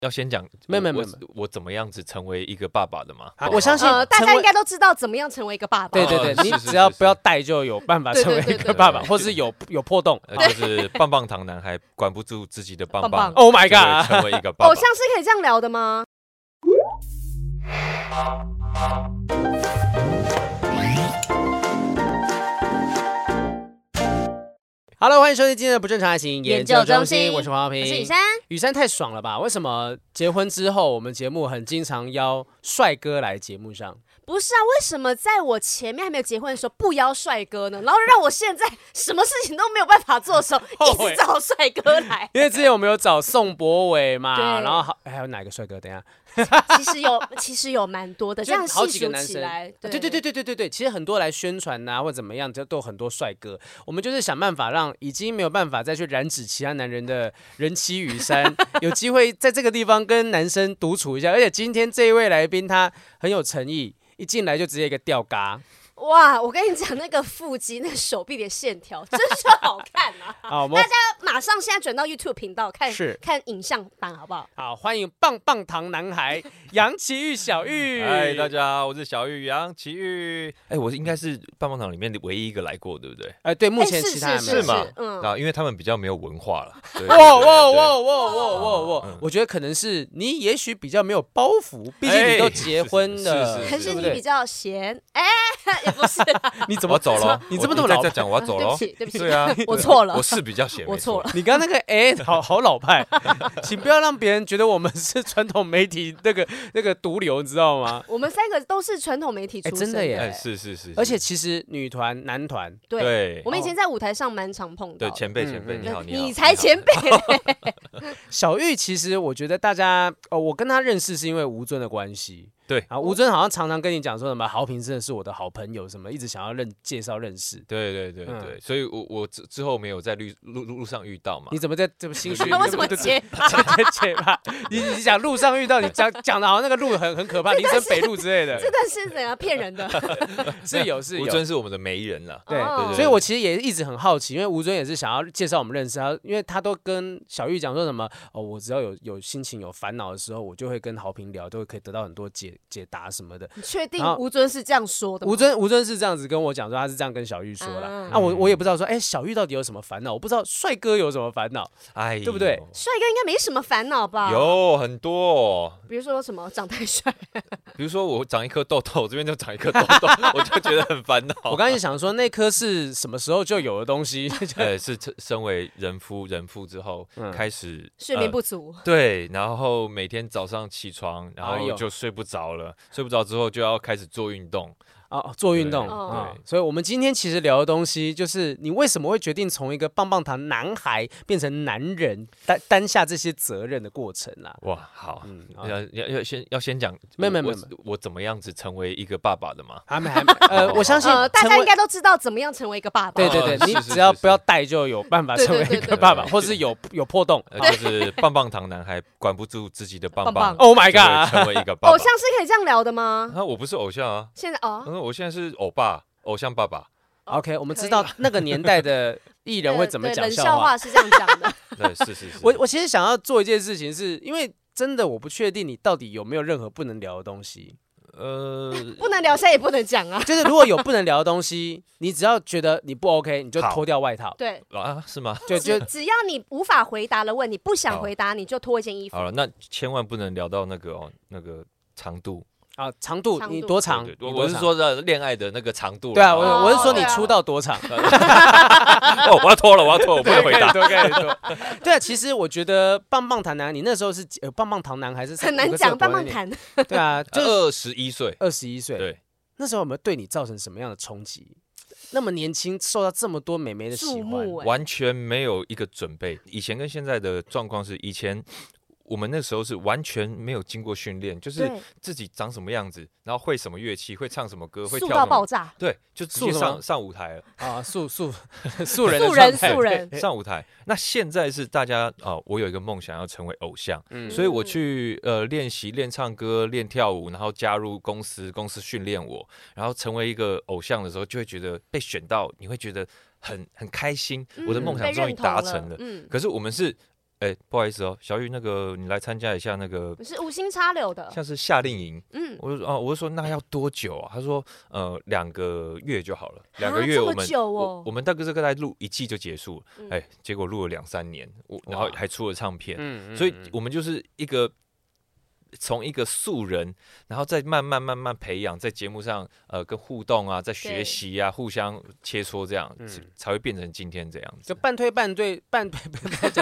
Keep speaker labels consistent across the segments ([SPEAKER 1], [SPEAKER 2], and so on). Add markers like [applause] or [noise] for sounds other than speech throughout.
[SPEAKER 1] 要先讲，
[SPEAKER 2] 没有
[SPEAKER 1] 我
[SPEAKER 2] 没有没
[SPEAKER 1] 我
[SPEAKER 2] 有没
[SPEAKER 1] 我怎么样子成为一个爸爸的吗？
[SPEAKER 2] 好
[SPEAKER 1] 好
[SPEAKER 2] 我相信
[SPEAKER 3] 呃，大
[SPEAKER 2] 成
[SPEAKER 3] 家
[SPEAKER 2] 为
[SPEAKER 3] 应该都知道怎么样成为一个爸爸。
[SPEAKER 2] 对
[SPEAKER 1] 哦
[SPEAKER 2] 对对，
[SPEAKER 1] 是
[SPEAKER 2] 你
[SPEAKER 1] 是
[SPEAKER 2] 只要
[SPEAKER 1] 是
[SPEAKER 2] 不要带，就有办法
[SPEAKER 3] 对
[SPEAKER 2] 成为
[SPEAKER 3] 对
[SPEAKER 2] 一
[SPEAKER 3] 对
[SPEAKER 2] 个
[SPEAKER 1] 对
[SPEAKER 2] 爸爸，
[SPEAKER 1] 对
[SPEAKER 2] 或是有有破洞。
[SPEAKER 1] 呃就是棒棒糖男孩管不住自己的棒棒
[SPEAKER 3] 棒棒
[SPEAKER 1] 就
[SPEAKER 2] Oh my
[SPEAKER 1] 会
[SPEAKER 2] god！
[SPEAKER 1] 成为一个爸爸
[SPEAKER 3] 偶像。是可以这样聊的吗？
[SPEAKER 2] 好了，欢迎收听今天的不正常爱情
[SPEAKER 3] 研
[SPEAKER 2] 研
[SPEAKER 3] 究
[SPEAKER 2] 究中
[SPEAKER 3] 中
[SPEAKER 2] 心，
[SPEAKER 3] 心
[SPEAKER 2] 我是黄浩平。
[SPEAKER 3] 可是雨珊，
[SPEAKER 2] 雨山太爽了吧？为什么结婚之后，我们节目很经常邀帅哥来节目上？
[SPEAKER 3] 不是啊，为什么在我前面还没有结婚的时候不邀帅哥呢？然后让我现在什么事情都没有办法做的时候，
[SPEAKER 2] 后
[SPEAKER 3] 一
[SPEAKER 2] 悔。
[SPEAKER 3] 直找帅哥来
[SPEAKER 2] [laughs] 因为之前我们有找宋博伟嘛，
[SPEAKER 3] 对
[SPEAKER 2] 然后好哎还有哪个帅哥？等一下，
[SPEAKER 3] 其实有，其实有蛮多的，这
[SPEAKER 2] [laughs] 就
[SPEAKER 3] 样
[SPEAKER 2] 好
[SPEAKER 3] 呃细
[SPEAKER 2] 几个
[SPEAKER 3] 数
[SPEAKER 2] 男
[SPEAKER 3] 起
[SPEAKER 2] 生
[SPEAKER 3] 来，
[SPEAKER 2] 啊对对对对对对对，其实很多来宣传呐、或怎么样，就都有很多帅哥。我们就是想办法让已经没有办法再去染指其他男人的人妻雨山，有机会在这个地方跟男生独处一下。而且今天这一位来宾他很有诚意，一进来就直接一个吊嘎
[SPEAKER 3] 哇，我跟你讲，那个腹肌、那个手臂的线条，真是好看啊！ [laughs]
[SPEAKER 2] 啊，我们
[SPEAKER 3] 大家马上现在转到 YouTube 频道看
[SPEAKER 2] 是，
[SPEAKER 3] 看影像版好不好？
[SPEAKER 2] 好欢迎棒棒糖男孩杨奇玉小玉，
[SPEAKER 1] 嗨，大。家好，我是小玉杨奇玉。哎，我是应该是棒棒糖里面的唯一一个来过，对不对？
[SPEAKER 2] 哎、对，目
[SPEAKER 3] 哎
[SPEAKER 2] 前
[SPEAKER 3] 是
[SPEAKER 2] 其他人
[SPEAKER 3] 是
[SPEAKER 2] 没有
[SPEAKER 1] 是吗？
[SPEAKER 3] 嗯
[SPEAKER 1] 啊，因为他们比较没有文化了。对
[SPEAKER 2] [laughs] 哇哇哇！哇哇哇哇
[SPEAKER 1] 嗯！
[SPEAKER 2] 我觉得可能是你，也许比较没有包袱，毕竟你
[SPEAKER 1] 哎
[SPEAKER 2] 都结婚了，
[SPEAKER 1] 是
[SPEAKER 3] 可
[SPEAKER 1] 是
[SPEAKER 3] 是
[SPEAKER 2] 对不
[SPEAKER 3] 你
[SPEAKER 2] 对
[SPEAKER 3] 比较闲，哎、 [laughs] 也不是啦，
[SPEAKER 2] 你怎
[SPEAKER 1] 我
[SPEAKER 2] 么
[SPEAKER 1] 要走了，哦
[SPEAKER 2] 你这么
[SPEAKER 1] 我
[SPEAKER 2] 多老
[SPEAKER 1] 再再讲，我要走
[SPEAKER 3] 对
[SPEAKER 1] 了
[SPEAKER 3] 不。起，对不起，
[SPEAKER 1] 对啊，
[SPEAKER 3] [laughs] 我错了
[SPEAKER 1] 我是比较闲，
[SPEAKER 3] 我
[SPEAKER 1] 没错
[SPEAKER 3] 错了。
[SPEAKER 2] 你刚刚那个哎、好好老派， [laughs] 请不要让别人觉得我们是传统媒体那个那个毒瘤，你知道吗？
[SPEAKER 3] 我们三个都是传统媒体
[SPEAKER 2] 哎
[SPEAKER 3] 出身
[SPEAKER 2] 真的耶
[SPEAKER 1] 哎，是是是，是
[SPEAKER 2] 而且其实女团、男团，
[SPEAKER 3] 对，
[SPEAKER 1] 对
[SPEAKER 3] 我们以前在舞台上蛮常碰到
[SPEAKER 1] 对
[SPEAKER 3] 的。
[SPEAKER 1] 前辈
[SPEAKER 2] 嗯
[SPEAKER 1] 前辈，
[SPEAKER 2] 嗯
[SPEAKER 1] 你好
[SPEAKER 3] 对
[SPEAKER 1] 好
[SPEAKER 3] 你才前 [laughs] 辈，
[SPEAKER 2] 小玉其实我觉得大家哦，我跟她认识是因为吴尊的关系。
[SPEAKER 1] 对
[SPEAKER 2] 啊，吴尊好像常常跟你讲说什么豪平真的是我的好朋友，什么一直想要认介绍认识。
[SPEAKER 1] 对对对
[SPEAKER 2] 嗯
[SPEAKER 1] 对，所以我我之之后没有在路路路路上遇到嘛
[SPEAKER 2] 你，怎么在这么心虚？
[SPEAKER 3] [laughs]
[SPEAKER 1] 对
[SPEAKER 3] 为什么结
[SPEAKER 2] [laughs]
[SPEAKER 3] 巴？
[SPEAKER 2] 结结
[SPEAKER 3] [laughs]
[SPEAKER 2] 巴？你你讲路上遇到你讲讲的好像那个路很很可怕，林森北路之
[SPEAKER 3] [laughs]
[SPEAKER 2] 类的，
[SPEAKER 3] 这段是怎样骗人的？
[SPEAKER 2] 是有是
[SPEAKER 1] 吴
[SPEAKER 2] 有。
[SPEAKER 1] 尊是我们的媒人了。
[SPEAKER 2] 对
[SPEAKER 3] 哦
[SPEAKER 1] 对
[SPEAKER 2] 所以我其实也一直很好奇，因为吴尊也是想要介绍我们认识他，因为他都跟小玉讲说什么哦，我只要有有心情有烦恼的时候，我就会跟豪平聊，都会可以得到很多解解答什么的。
[SPEAKER 3] 你确定
[SPEAKER 2] 然后
[SPEAKER 3] 吴尊是这样说的吗？
[SPEAKER 2] 吴尊吴尊是这样子跟我讲说，他是这样跟小玉说啦。
[SPEAKER 3] 嗯
[SPEAKER 2] 那、我我也不知道说，哎、小玉到底有什么烦恼？我不知道帅哥有什么烦恼。
[SPEAKER 1] 哎呦，
[SPEAKER 2] 对不对
[SPEAKER 3] 帅哥应该没什么烦恼吧？，
[SPEAKER 1] 有很多哦，
[SPEAKER 3] 比如说什么长太帅，
[SPEAKER 1] 比如说我长一颗痘痘，我这边就长一颗痘痘， [laughs] 我就觉得很烦恼。
[SPEAKER 2] 我刚才想说，那颗是什么时候就有的东西？
[SPEAKER 1] 呃是身身为人夫人夫之后
[SPEAKER 2] 嗯
[SPEAKER 1] 开始
[SPEAKER 3] 睡眠
[SPEAKER 1] 呃
[SPEAKER 3] 不足，
[SPEAKER 1] 对，然后每天早上起床，然
[SPEAKER 2] 哎
[SPEAKER 1] 后
[SPEAKER 2] 呦
[SPEAKER 1] 就睡不着了，睡不着之后就要开始做运动。
[SPEAKER 2] 哦，做运动
[SPEAKER 1] 对
[SPEAKER 2] 啊、
[SPEAKER 1] 对
[SPEAKER 2] 所以我们今天其实聊的东西就是你为什么会决定从一个棒棒糖男孩变成男人，担担下这些责任的过程啦。
[SPEAKER 1] 哇，好，
[SPEAKER 2] 嗯，啊
[SPEAKER 1] [laughs] 要要要先要先讲，
[SPEAKER 2] 没有没有
[SPEAKER 1] 我
[SPEAKER 2] 没有
[SPEAKER 1] 我我怎么样子成为一个爸爸的嘛？
[SPEAKER 2] 还没还没，
[SPEAKER 1] [laughs]
[SPEAKER 2] 呃，我相信
[SPEAKER 3] 呃，大
[SPEAKER 2] 成
[SPEAKER 3] 家
[SPEAKER 2] 为
[SPEAKER 3] 应该都知道怎么样成为一个爸爸。
[SPEAKER 2] 对
[SPEAKER 1] 哦
[SPEAKER 2] 对对，你
[SPEAKER 1] 是是
[SPEAKER 2] 只要
[SPEAKER 1] 是
[SPEAKER 2] 不要带就有办法
[SPEAKER 3] 对
[SPEAKER 2] 成为
[SPEAKER 3] 对
[SPEAKER 2] 一
[SPEAKER 3] 对
[SPEAKER 2] 个
[SPEAKER 1] 对
[SPEAKER 2] 爸
[SPEAKER 1] 对
[SPEAKER 2] 爸，
[SPEAKER 1] 对
[SPEAKER 2] 或是有有破洞。
[SPEAKER 1] 呃，就是棒棒糖男孩管不住自己的棒
[SPEAKER 3] 棒
[SPEAKER 1] 棒
[SPEAKER 3] 棒
[SPEAKER 2] Oh my
[SPEAKER 1] 就会
[SPEAKER 2] god！
[SPEAKER 1] 成为一个爸爸
[SPEAKER 3] 偶像。是可以这样聊的吗？
[SPEAKER 1] 啊，我不是偶像啊，
[SPEAKER 3] 现在哦，
[SPEAKER 1] 嗯，我现在是欧巴，偶像爸爸。
[SPEAKER 2] OK，我们
[SPEAKER 3] 可
[SPEAKER 2] 知
[SPEAKER 3] 以
[SPEAKER 2] 道那个年代的艺人会
[SPEAKER 3] 呃
[SPEAKER 2] 怎么
[SPEAKER 3] 对
[SPEAKER 2] 讲
[SPEAKER 3] 冷
[SPEAKER 2] 笑
[SPEAKER 3] 笑
[SPEAKER 2] 话。
[SPEAKER 3] 话是这样讲的。
[SPEAKER 1] 对，是是是。
[SPEAKER 2] 我我其实想要做一件事情是，因为真的我不确定你到底有没有任何不能聊的东西。
[SPEAKER 1] 呃，
[SPEAKER 3] 不能聊，现在也不能讲啊。
[SPEAKER 2] 就是如果有不能聊的东西，你只要觉得你不 OK，你就
[SPEAKER 1] 好
[SPEAKER 2] 脱掉外套，
[SPEAKER 3] 对，
[SPEAKER 1] 啊，是吗？
[SPEAKER 2] 就就
[SPEAKER 3] 只只要你无法回答的问题，不想
[SPEAKER 1] 好
[SPEAKER 3] 回答，你就脱一件衣服
[SPEAKER 1] 好。了，那千万不能聊到那个哦，那个长度。
[SPEAKER 2] 啊长度
[SPEAKER 3] 长
[SPEAKER 2] 你
[SPEAKER 3] 度
[SPEAKER 2] 多长
[SPEAKER 1] 对？对
[SPEAKER 2] 你
[SPEAKER 1] 我
[SPEAKER 2] 多
[SPEAKER 1] 我是
[SPEAKER 2] 长，
[SPEAKER 1] 说的恋爱的那个长度啦。
[SPEAKER 2] 对啊，
[SPEAKER 1] 哦
[SPEAKER 2] 我我是说你
[SPEAKER 3] 对啊
[SPEAKER 2] 出道多长，
[SPEAKER 1] 哦，我要脱了，我要脱，我不会回答。
[SPEAKER 2] [laughs] 对可以多。对啊，其实我觉得棒棒糖男，你那时候是几呃棒棒糖男还是
[SPEAKER 3] 很难讲，棒棒。糖。
[SPEAKER 2] 我不知道多少年
[SPEAKER 1] [laughs]
[SPEAKER 2] 对啊，就
[SPEAKER 1] [laughs] 二十一岁，
[SPEAKER 2] 二十一岁，
[SPEAKER 1] 呃对，
[SPEAKER 2] 那时候有没有对你造成什么样的冲击？那么年轻，受到这么多美眉的喜
[SPEAKER 3] 注
[SPEAKER 2] 欢
[SPEAKER 3] 目，对
[SPEAKER 1] 完全没有一个准备。以前跟现在的状况是，以前我们那时候是完全没有经过训练，就是
[SPEAKER 3] 对
[SPEAKER 1] 自己长什么样子，然后会什么乐器，会唱什么歌，会
[SPEAKER 3] 素
[SPEAKER 1] 跳
[SPEAKER 3] 到
[SPEAKER 1] 什
[SPEAKER 3] 爆
[SPEAKER 1] 么，
[SPEAKER 3] 炸，
[SPEAKER 1] 对，就直
[SPEAKER 2] 素
[SPEAKER 1] 接
[SPEAKER 2] 什么
[SPEAKER 1] 上上舞台了，
[SPEAKER 2] 啊，素素 [laughs] 素人的状
[SPEAKER 3] 素人
[SPEAKER 2] 态
[SPEAKER 3] 素人，
[SPEAKER 1] 对上舞台。那现在是大家啊、我有一个梦想要成为偶像，
[SPEAKER 2] 嗯
[SPEAKER 1] [laughs] 所以我去呃练习练唱歌、练跳舞，然后加入公司，公司训练我，然后成为一个偶像的时候，就会觉得被选到，你会觉得很很开心，我的梦想
[SPEAKER 3] 嗯被
[SPEAKER 1] 终于
[SPEAKER 3] 认同
[SPEAKER 1] 达成了。
[SPEAKER 3] 嗯，
[SPEAKER 1] 可是我们是，哎、不好意思哦，小雨，那个你来参加一下那个
[SPEAKER 3] 你是无心插柳的，
[SPEAKER 1] 像是夏令营，
[SPEAKER 3] 嗯，
[SPEAKER 1] 我就说啊，我就说那要多久啊？他说呃两个月就好了，两个
[SPEAKER 3] 啊
[SPEAKER 1] 月
[SPEAKER 3] 这
[SPEAKER 1] 我
[SPEAKER 3] 么
[SPEAKER 1] 们、
[SPEAKER 3] 久哦
[SPEAKER 1] 我我们大概这个在录一季就结束了，
[SPEAKER 3] 嗯
[SPEAKER 1] 哎、结果录了两三年，我然后
[SPEAKER 2] 哇
[SPEAKER 1] 还出了唱片，
[SPEAKER 2] 嗯
[SPEAKER 1] 所以
[SPEAKER 2] 嗯
[SPEAKER 1] 我们就是一个从一个素人，然后再慢慢慢慢培养，在节目上呃跟互动啊，在学
[SPEAKER 3] 对
[SPEAKER 1] 习啊，互相切磋这样，
[SPEAKER 2] 嗯
[SPEAKER 1] 才会变成今天这样
[SPEAKER 2] 就
[SPEAKER 1] 子。
[SPEAKER 2] 半推半对半推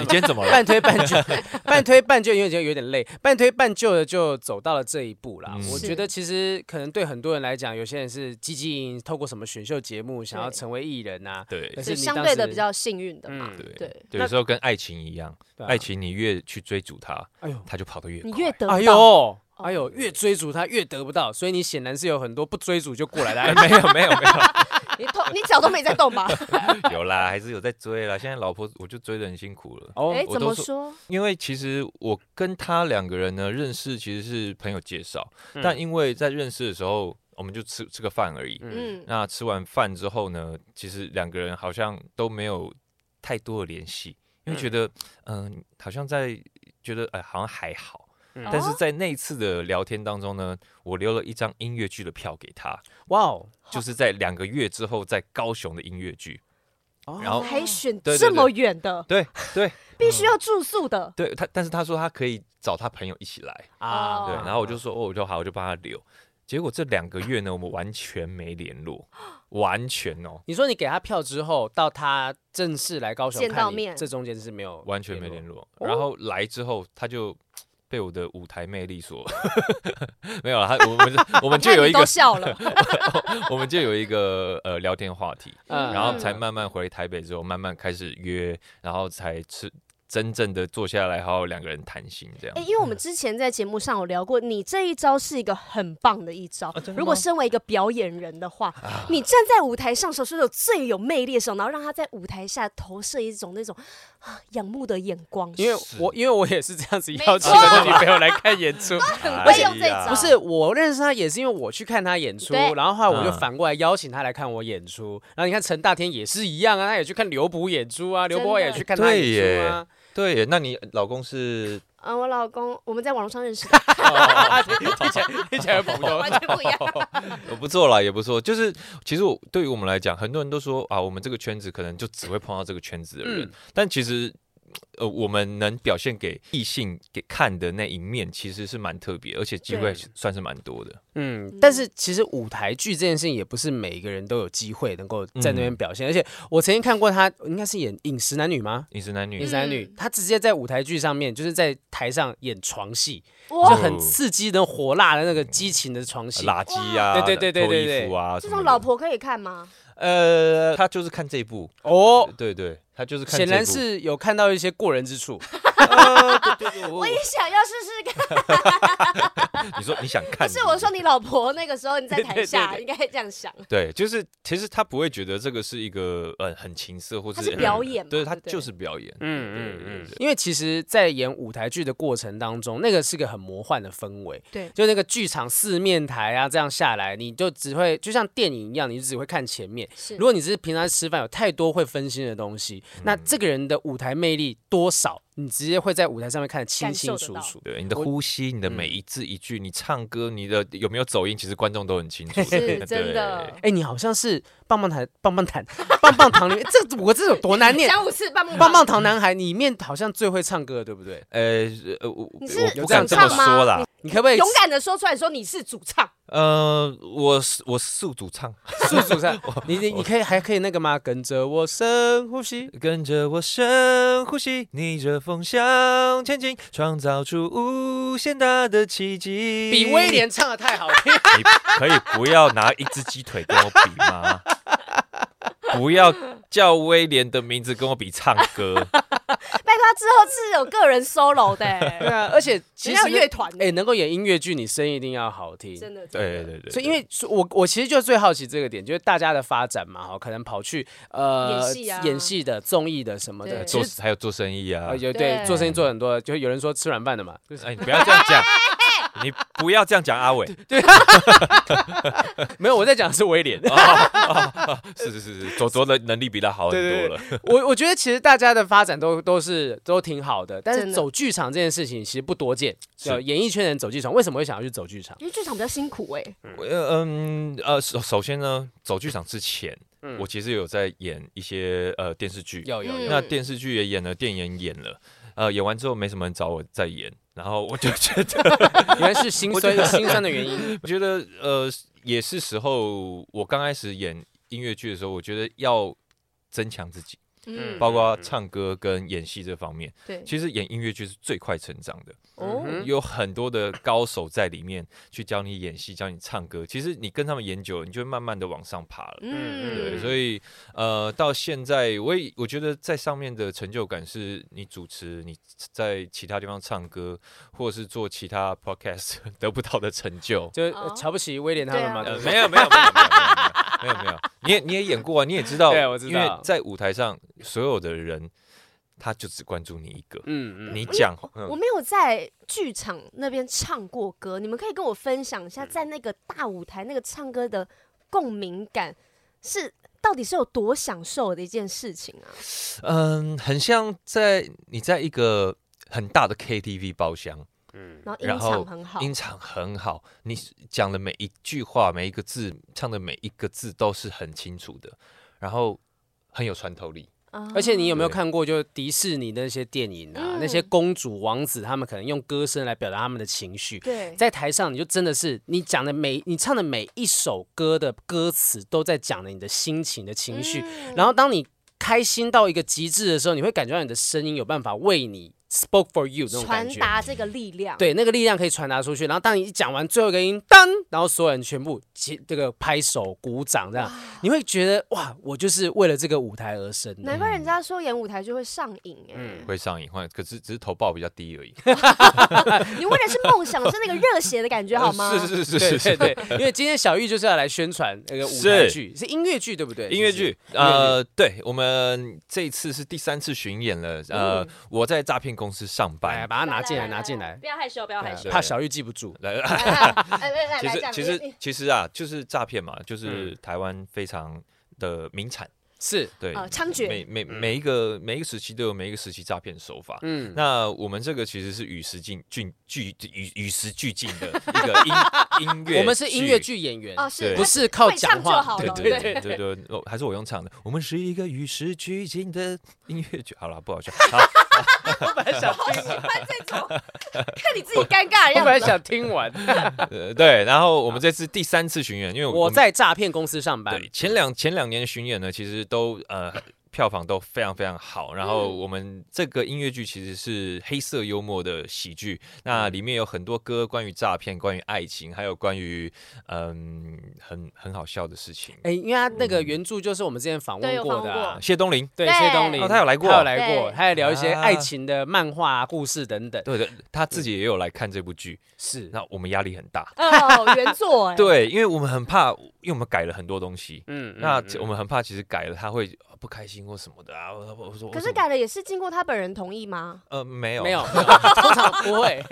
[SPEAKER 1] 你今天怎么了？
[SPEAKER 2] [laughs] 半推半就，半推半就，因为觉得有点累，半推半就的就走到了这一步啦。
[SPEAKER 1] 嗯
[SPEAKER 2] 我
[SPEAKER 3] 是
[SPEAKER 2] 觉得其实可能对很多人来讲，有些人是积极营，透过什么选秀节目想要成为艺人啊呐、
[SPEAKER 1] 对
[SPEAKER 2] 但
[SPEAKER 3] 是
[SPEAKER 2] 你
[SPEAKER 3] 相
[SPEAKER 2] 当
[SPEAKER 3] 对的
[SPEAKER 2] 时
[SPEAKER 3] 比较幸运的嘛，
[SPEAKER 2] 嗯
[SPEAKER 1] 对
[SPEAKER 3] 对，
[SPEAKER 1] 对，
[SPEAKER 2] 那
[SPEAKER 1] 有时候跟爱情一样，
[SPEAKER 2] 对啊
[SPEAKER 1] 爱，情你越去追逐它，
[SPEAKER 2] 哎呦，
[SPEAKER 1] 它就跑得越快。
[SPEAKER 3] 你越得
[SPEAKER 2] 哎
[SPEAKER 3] 到，哦
[SPEAKER 2] 呦，哎呦，越追逐他越得不到，所以你显然是有很多不追逐就过来的
[SPEAKER 1] 哎 [laughs]
[SPEAKER 2] 爱
[SPEAKER 1] 没有没有没
[SPEAKER 3] 你头你脚都没在动吧？
[SPEAKER 1] 有，有啦，还是有在追啦。现在老婆我就追得很辛苦了，
[SPEAKER 2] 哦
[SPEAKER 3] 哎，
[SPEAKER 1] [laughs] 我
[SPEAKER 3] 怎
[SPEAKER 1] 都
[SPEAKER 3] 么
[SPEAKER 1] 说
[SPEAKER 3] 说？
[SPEAKER 1] 因为其实我跟他两个人呢认识其实是朋友介绍，
[SPEAKER 2] 嗯
[SPEAKER 1] 但因为在认识的时候我们就吃吃个饭而已，
[SPEAKER 2] 嗯，
[SPEAKER 3] 嗯，
[SPEAKER 1] 那吃完饭之后呢，其实两个人好像都没有太多的联系，因为觉得，嗯、好像在觉得，哎、好像还好。
[SPEAKER 2] 嗯
[SPEAKER 1] 但
[SPEAKER 3] 哦
[SPEAKER 1] 是在那一次的聊天当中呢，我留了一张音乐剧的票给他，
[SPEAKER 2] 哇哦，
[SPEAKER 1] 就是在两个月之后在高雄的音乐剧。
[SPEAKER 2] 哦
[SPEAKER 1] 然后
[SPEAKER 3] 还选
[SPEAKER 1] 对对
[SPEAKER 3] 这么
[SPEAKER 1] 对嗯
[SPEAKER 3] 远的，
[SPEAKER 1] 对对
[SPEAKER 3] 必须要住宿的，
[SPEAKER 1] 对，他但是他说他可以找他朋友一起来，
[SPEAKER 2] 啊，
[SPEAKER 1] 对，然后我就说，哦，我就好，我就帮他留。结果这两个月呢，我们完全没联络，完全哦，
[SPEAKER 2] 你说你给他票之后，到他正式来高雄
[SPEAKER 3] 见
[SPEAKER 2] 看
[SPEAKER 3] 到
[SPEAKER 2] 你
[SPEAKER 3] 面
[SPEAKER 2] 这中间是没有
[SPEAKER 1] 完全没联络。然后来之后，他就被我的舞台魅力所 [laughs] 没有了。他我们就我们 [laughs] 就
[SPEAKER 3] 看
[SPEAKER 1] 有
[SPEAKER 3] [laughs] 你
[SPEAKER 1] 一个
[SPEAKER 3] 都笑
[SPEAKER 1] [laughs]
[SPEAKER 3] 了，
[SPEAKER 1] 我们就有一个呃聊天话题，
[SPEAKER 2] 嗯
[SPEAKER 1] 然后才慢慢回台北之后，慢慢开始约，然后才吃真正的坐下来，好好两个人谈心这样
[SPEAKER 3] 哎、。因为
[SPEAKER 1] 嗯
[SPEAKER 3] 我们之前在节目上有聊过，你这一招是一个很棒的一招。
[SPEAKER 2] 哦
[SPEAKER 3] 如果身为一个表演人的话，
[SPEAKER 1] 啊
[SPEAKER 3] 你站在舞台上的时候是有最有魅力的时候，然后让他在舞台下投射一种那种啊仰慕的眼光。
[SPEAKER 2] 因为
[SPEAKER 1] 是
[SPEAKER 2] 我因为我也是这样子
[SPEAKER 3] 没
[SPEAKER 2] 邀请
[SPEAKER 3] 错
[SPEAKER 2] 我女朋友来看演
[SPEAKER 3] [laughs]
[SPEAKER 2] 出，
[SPEAKER 1] 哎
[SPEAKER 3] 会用这
[SPEAKER 1] 呀
[SPEAKER 3] 招
[SPEAKER 2] 不是我认识她也是因为我去看她演出，
[SPEAKER 3] 对
[SPEAKER 2] 然后后来我就
[SPEAKER 1] 嗯
[SPEAKER 2] 反过来邀请她来看我演出，然后你看陈大天也是一样啊，他也去看刘卜演出啊，刘
[SPEAKER 3] 真
[SPEAKER 2] 伯
[SPEAKER 3] 的
[SPEAKER 2] 也去看他
[SPEAKER 1] 对
[SPEAKER 2] 演出啊，
[SPEAKER 1] 对耶，那你老公是哦
[SPEAKER 3] 嗯，我老公我们在网络上认识的，
[SPEAKER 2] 听起来听起来很普
[SPEAKER 3] [laughs]
[SPEAKER 2] 通嗯
[SPEAKER 3] 完。全不一样。
[SPEAKER 1] 呃不错啦，也不错。就是其实我对于我们来讲，很多人都说啊，我们这个圈子可能就只会碰到这个圈子的人，
[SPEAKER 2] 嗯
[SPEAKER 1] 但其实。呃，我们能表现给异性给看的那一面，其实是蛮特别，而且机会
[SPEAKER 3] 对
[SPEAKER 1] 算是蛮多的。
[SPEAKER 2] 嗯，但是其实舞台剧这件事情也不是每一个人都有机会能够在那
[SPEAKER 1] 嗯
[SPEAKER 2] 边表现，而且我曾经看过她，应该是演《饮食男女》吗？
[SPEAKER 1] 饮食男
[SPEAKER 2] 《
[SPEAKER 1] 女
[SPEAKER 2] 饮，食男女》
[SPEAKER 3] 嗯
[SPEAKER 2] 她直接在舞台剧上面，就是在台上演床戏，就
[SPEAKER 3] 哇，
[SPEAKER 1] 哦
[SPEAKER 2] 很刺激的、火辣的那个激情的床戏。
[SPEAKER 1] 垃圾啊，
[SPEAKER 2] 对对对对对对
[SPEAKER 1] 脱衣服啊，什
[SPEAKER 3] 这
[SPEAKER 1] 么
[SPEAKER 3] 种
[SPEAKER 1] 的
[SPEAKER 3] 老婆可以看吗？
[SPEAKER 1] 呃，他就是看这一部，
[SPEAKER 2] 哦，
[SPEAKER 1] 对对，他就是看这
[SPEAKER 2] 显
[SPEAKER 1] 一
[SPEAKER 2] 然
[SPEAKER 1] 部
[SPEAKER 2] 是有看到一些过人之处。
[SPEAKER 1] 呃对对对我
[SPEAKER 3] 我也想要试试看。
[SPEAKER 1] 你说你想看，
[SPEAKER 3] 不是我说你老婆那个时候你在台下，
[SPEAKER 2] 对
[SPEAKER 3] 应该这样想。
[SPEAKER 1] 对，就是其实他不会觉得这个是一个呃很情色或
[SPEAKER 3] 它是表演嘛
[SPEAKER 1] 对他
[SPEAKER 3] 对不对
[SPEAKER 1] 就是表演，
[SPEAKER 2] 嗯
[SPEAKER 1] 对
[SPEAKER 2] 嗯
[SPEAKER 1] 对
[SPEAKER 2] 嗯
[SPEAKER 1] 对，
[SPEAKER 2] 因为其实，在演舞台剧的过程当中，那个是个很魔幻的氛围。
[SPEAKER 3] 对
[SPEAKER 2] 就那个剧场四面台啊，这样下来，你就只会就像电影一样，你只会看前面。
[SPEAKER 3] [laughs] 是
[SPEAKER 2] 如果你只是平常吃饭，有太多会分心的东西，那这个人的舞台魅力多少，你直接会在舞台上面看得清
[SPEAKER 3] 感受
[SPEAKER 2] 清
[SPEAKER 3] 得
[SPEAKER 2] 楚
[SPEAKER 3] 到
[SPEAKER 2] 楚。
[SPEAKER 1] 对你的
[SPEAKER 2] 我
[SPEAKER 1] 呼吸，你的
[SPEAKER 2] 嗯
[SPEAKER 1] 每一字一句，你唱歌，你的有没有走音，其实观众都很清楚。
[SPEAKER 3] 是
[SPEAKER 1] 对
[SPEAKER 3] 真的。
[SPEAKER 2] 哎、你好像是棒棒糖， [laughs] 棒棒糖，棒棒糖里面这五个字有多难
[SPEAKER 3] [laughs]
[SPEAKER 2] 念？
[SPEAKER 3] 讲五次棒棒
[SPEAKER 2] 棒棒糖男孩里面好像最会唱歌的，对不对？
[SPEAKER 1] 呃呃，我
[SPEAKER 3] 你是
[SPEAKER 1] 我不
[SPEAKER 2] 主
[SPEAKER 1] 敢这么
[SPEAKER 2] 唱
[SPEAKER 3] 吗
[SPEAKER 1] 说啦。
[SPEAKER 2] 你可不可以
[SPEAKER 3] 勇敢的说出来，说你是主唱。
[SPEAKER 1] 呃，我是我宿主唱，
[SPEAKER 2] 速主上，你你你可以还可以那个吗？跟着我深呼吸。
[SPEAKER 1] 跟着我深呼吸，逆着风向前进，创造出无限大的奇迹。
[SPEAKER 2] 比威，廉唱的太好听，
[SPEAKER 1] 你可以不要拿一只鸡腿跟我比
[SPEAKER 2] [laughs]
[SPEAKER 1] 吗？不要叫威廉的名字跟我比唱歌，
[SPEAKER 3] 拜托，他之后是有个人 solo 的、
[SPEAKER 2] [laughs] 对
[SPEAKER 3] 欸，
[SPEAKER 2] 啊，而且其
[SPEAKER 3] 人
[SPEAKER 2] 实
[SPEAKER 3] 家有乐团的
[SPEAKER 2] 哎、能够演音乐剧，你声音一定要好听。
[SPEAKER 3] [laughs] 真的。真
[SPEAKER 1] 对
[SPEAKER 3] 的
[SPEAKER 1] 对对，
[SPEAKER 2] 所以，因为所我我其实就最好奇这个点，就是大家的发展嘛，哈，可能跑去呃
[SPEAKER 3] 演戏啊
[SPEAKER 2] 演戏的、综艺的什么的，
[SPEAKER 3] 对
[SPEAKER 2] 其
[SPEAKER 1] 做
[SPEAKER 2] 实
[SPEAKER 1] 还有做生意啊
[SPEAKER 2] 呃，有对
[SPEAKER 3] 对
[SPEAKER 2] 做生意做很多，就有人说吃软饭的嘛， [laughs] 就是
[SPEAKER 1] 哎，你不要这样
[SPEAKER 2] [laughs]
[SPEAKER 1] 讲，你不要这样讲，阿伟，
[SPEAKER 2] 没有我在讲的是威廉，
[SPEAKER 1] 哦是是是是，左左的能力比他好很
[SPEAKER 2] 对对
[SPEAKER 1] 多
[SPEAKER 2] 对
[SPEAKER 1] 了，
[SPEAKER 2] 我我觉得其实大家的发展都都是都挺好的，但
[SPEAKER 3] 真
[SPEAKER 2] 是
[SPEAKER 3] 的
[SPEAKER 2] 走剧场这件事情其实不多见。
[SPEAKER 1] 是
[SPEAKER 2] 呃演艺圈人走剧场，为什么会想要去走剧场？
[SPEAKER 3] 因为剧场比较辛苦哎、
[SPEAKER 1] 我呃嗯呃，首首先呢，走剧场之前，
[SPEAKER 2] 嗯
[SPEAKER 1] 我其实有在演一些呃电视剧，
[SPEAKER 2] 有有有，
[SPEAKER 1] 那
[SPEAKER 3] 嗯
[SPEAKER 1] 电视剧也演了，电影也演了，呃，演完之后没什么人找我再演，然后我就觉得， [laughs]
[SPEAKER 2] 原来是心酸心酸的原因。
[SPEAKER 1] 我觉得呃也是时候，我刚开始演音乐剧的时候，我觉得要增强自己，
[SPEAKER 3] 嗯，
[SPEAKER 1] 包括唱歌跟演戏这方面，
[SPEAKER 3] 对，
[SPEAKER 1] 其实演音乐剧是最快成长的。
[SPEAKER 3] 哦，
[SPEAKER 2] 嗯
[SPEAKER 1] 有很多的高手在里面去教你演戏，教你唱歌。其实你跟他们研究，你就会慢慢的往上爬了。对，
[SPEAKER 3] 嗯，
[SPEAKER 1] 所以呃，到现在我也我觉得在上面的成就感是你主持，你在其他地方唱歌，或者是做其他 podcast [laughs] 得不到的成就。
[SPEAKER 2] 就呃
[SPEAKER 3] 哦
[SPEAKER 2] 瞧不起威廉他们吗？
[SPEAKER 3] 对啊
[SPEAKER 1] 呃，
[SPEAKER 2] 对
[SPEAKER 1] 没有没有没有没有没有没有没有没
[SPEAKER 2] [laughs]
[SPEAKER 1] 有，你也你也演过啊，你也知道，
[SPEAKER 2] 对我知
[SPEAKER 1] 因为
[SPEAKER 2] 道
[SPEAKER 1] 在舞台上所有的人，他就只关注你一个，
[SPEAKER 2] [laughs] 嗯嗯，
[SPEAKER 1] 你讲，嗯
[SPEAKER 3] 我没有在剧场那边唱过歌，你们可以跟我分享一下，在那个大舞台那个唱歌的共鸣感是到底是有多享受的一件事情啊？
[SPEAKER 1] 嗯，很像在你在一个很大的 KTV 包厢，
[SPEAKER 3] 然后音
[SPEAKER 1] 然后
[SPEAKER 3] 场很好，
[SPEAKER 1] 音场很好，你讲的每一句话、每一个字、唱的每一个字都是很清楚的，然后很有穿透力。
[SPEAKER 3] 啊
[SPEAKER 2] 而且你有没有
[SPEAKER 1] 对
[SPEAKER 2] 看过，就是迪士尼那些电影啊，
[SPEAKER 3] 嗯
[SPEAKER 2] 那些公主王子，他们可能用歌声来表达他们的情绪。
[SPEAKER 3] 对
[SPEAKER 2] 在台上，你就真的是你讲的每你唱的每一首歌的歌词，都在讲了你的心情、你的情绪。
[SPEAKER 3] 嗯
[SPEAKER 2] 然后当你开心到一个极致的时候，你会感觉到你的声音有办法为你 spoke for you 那种感
[SPEAKER 3] 传
[SPEAKER 2] 觉。
[SPEAKER 3] 达这个力量，
[SPEAKER 2] 对，那个力量可以传达出去。然后当你一讲完最后一个音，当，然后所有人全部起这个拍手鼓掌，这样你会觉得哇，我就是为了这个舞台而生的。
[SPEAKER 3] 难怪人家说演舞台就会上瘾哎、
[SPEAKER 1] 会上瘾，换可是只是投报比较低而已。
[SPEAKER 3] 你为的是梦想，是那个热血的感觉好吗？
[SPEAKER 1] 是 [laughs] 是是
[SPEAKER 2] 对
[SPEAKER 1] 是
[SPEAKER 2] 对
[SPEAKER 1] 是，
[SPEAKER 2] 对，因为今天小玉就是要来宣传那个舞台剧，是音乐剧对不对？
[SPEAKER 1] 音乐剧，呃，对我们这一次是第三次巡演了。呃，我在诈骗公司上
[SPEAKER 2] 来
[SPEAKER 1] 班，
[SPEAKER 2] 啊哎把它拿进来，
[SPEAKER 3] 来来
[SPEAKER 2] 拿进来
[SPEAKER 3] 不，要害羞，不要害
[SPEAKER 2] 对
[SPEAKER 3] 羞。
[SPEAKER 2] 怕小玉记不住。
[SPEAKER 1] 来。
[SPEAKER 3] 来来来，
[SPEAKER 1] 其
[SPEAKER 3] 来
[SPEAKER 1] 实
[SPEAKER 3] 这样
[SPEAKER 1] 其
[SPEAKER 3] 你
[SPEAKER 1] 实
[SPEAKER 3] 你
[SPEAKER 1] 其实啊，就是诈骗嘛，就是台湾非常的名产，
[SPEAKER 2] 是，
[SPEAKER 1] 对，
[SPEAKER 3] 呃猖獗
[SPEAKER 1] 每每每一个每一个时期都有每一个时期诈骗手法。
[SPEAKER 2] 嗯，
[SPEAKER 1] 那我们这个其实是与时进进俱与与时俱进的一个音音乐，
[SPEAKER 2] [laughs] 我们是音乐，剧演员，
[SPEAKER 3] 哦是
[SPEAKER 2] 不是靠讲
[SPEAKER 3] 会唱就
[SPEAKER 2] 话
[SPEAKER 3] 好。
[SPEAKER 1] 对
[SPEAKER 3] 了
[SPEAKER 1] 对对对对，对哦还是我用唱的，我们是一个与时俱进的音乐剧。好了，不好笑，好，
[SPEAKER 2] 我 [laughs] 本来想
[SPEAKER 3] 好喜 [laughs] 欢这种，看你自己尴尬的
[SPEAKER 2] 我本来
[SPEAKER 3] 样子。
[SPEAKER 2] 想听完。
[SPEAKER 1] [laughs] 呃对，然后我们这次第三次巡演，因为
[SPEAKER 2] 我
[SPEAKER 1] 们
[SPEAKER 2] 在诈骗公司上班
[SPEAKER 1] 对，前两前两年巡演呢，其实都 [laughs] 呃票房都非常非常好。然后我们这个音乐剧其实是黑色幽默的喜剧，那里面有很多歌关于诈骗、关于爱情，还有关于嗯很很好笑的事情。
[SPEAKER 2] 哎，因为他那
[SPEAKER 1] 嗯
[SPEAKER 2] 个原著就是我们之前访
[SPEAKER 3] 对
[SPEAKER 2] 问
[SPEAKER 3] 有
[SPEAKER 2] 过
[SPEAKER 3] 访
[SPEAKER 2] 的
[SPEAKER 3] 问
[SPEAKER 2] 啊
[SPEAKER 3] 过，
[SPEAKER 1] 谢东林，
[SPEAKER 2] 对，
[SPEAKER 3] 对
[SPEAKER 2] 谢东林
[SPEAKER 1] 哦他有来过
[SPEAKER 2] 他有来过，
[SPEAKER 3] 对
[SPEAKER 2] 他也聊一些
[SPEAKER 1] 啊
[SPEAKER 2] 爱情的漫画啊、故事等等。
[SPEAKER 1] 对的，他自己也有来看这部剧，
[SPEAKER 2] 是，
[SPEAKER 1] 那我们压力很大。
[SPEAKER 3] 哦，原作哎，
[SPEAKER 1] 对，因为我们很怕，因为我们改了很多东西，
[SPEAKER 2] 嗯
[SPEAKER 1] 那
[SPEAKER 2] 嗯嗯
[SPEAKER 1] 我们很怕其实改了他会呃不开心或什么的啊。我我我说，我
[SPEAKER 3] 可是
[SPEAKER 1] 怎么
[SPEAKER 3] 改了也是经过他本人同意吗？
[SPEAKER 1] 呃没有
[SPEAKER 2] 没有，没 [laughs] 有通常不 [laughs] 会。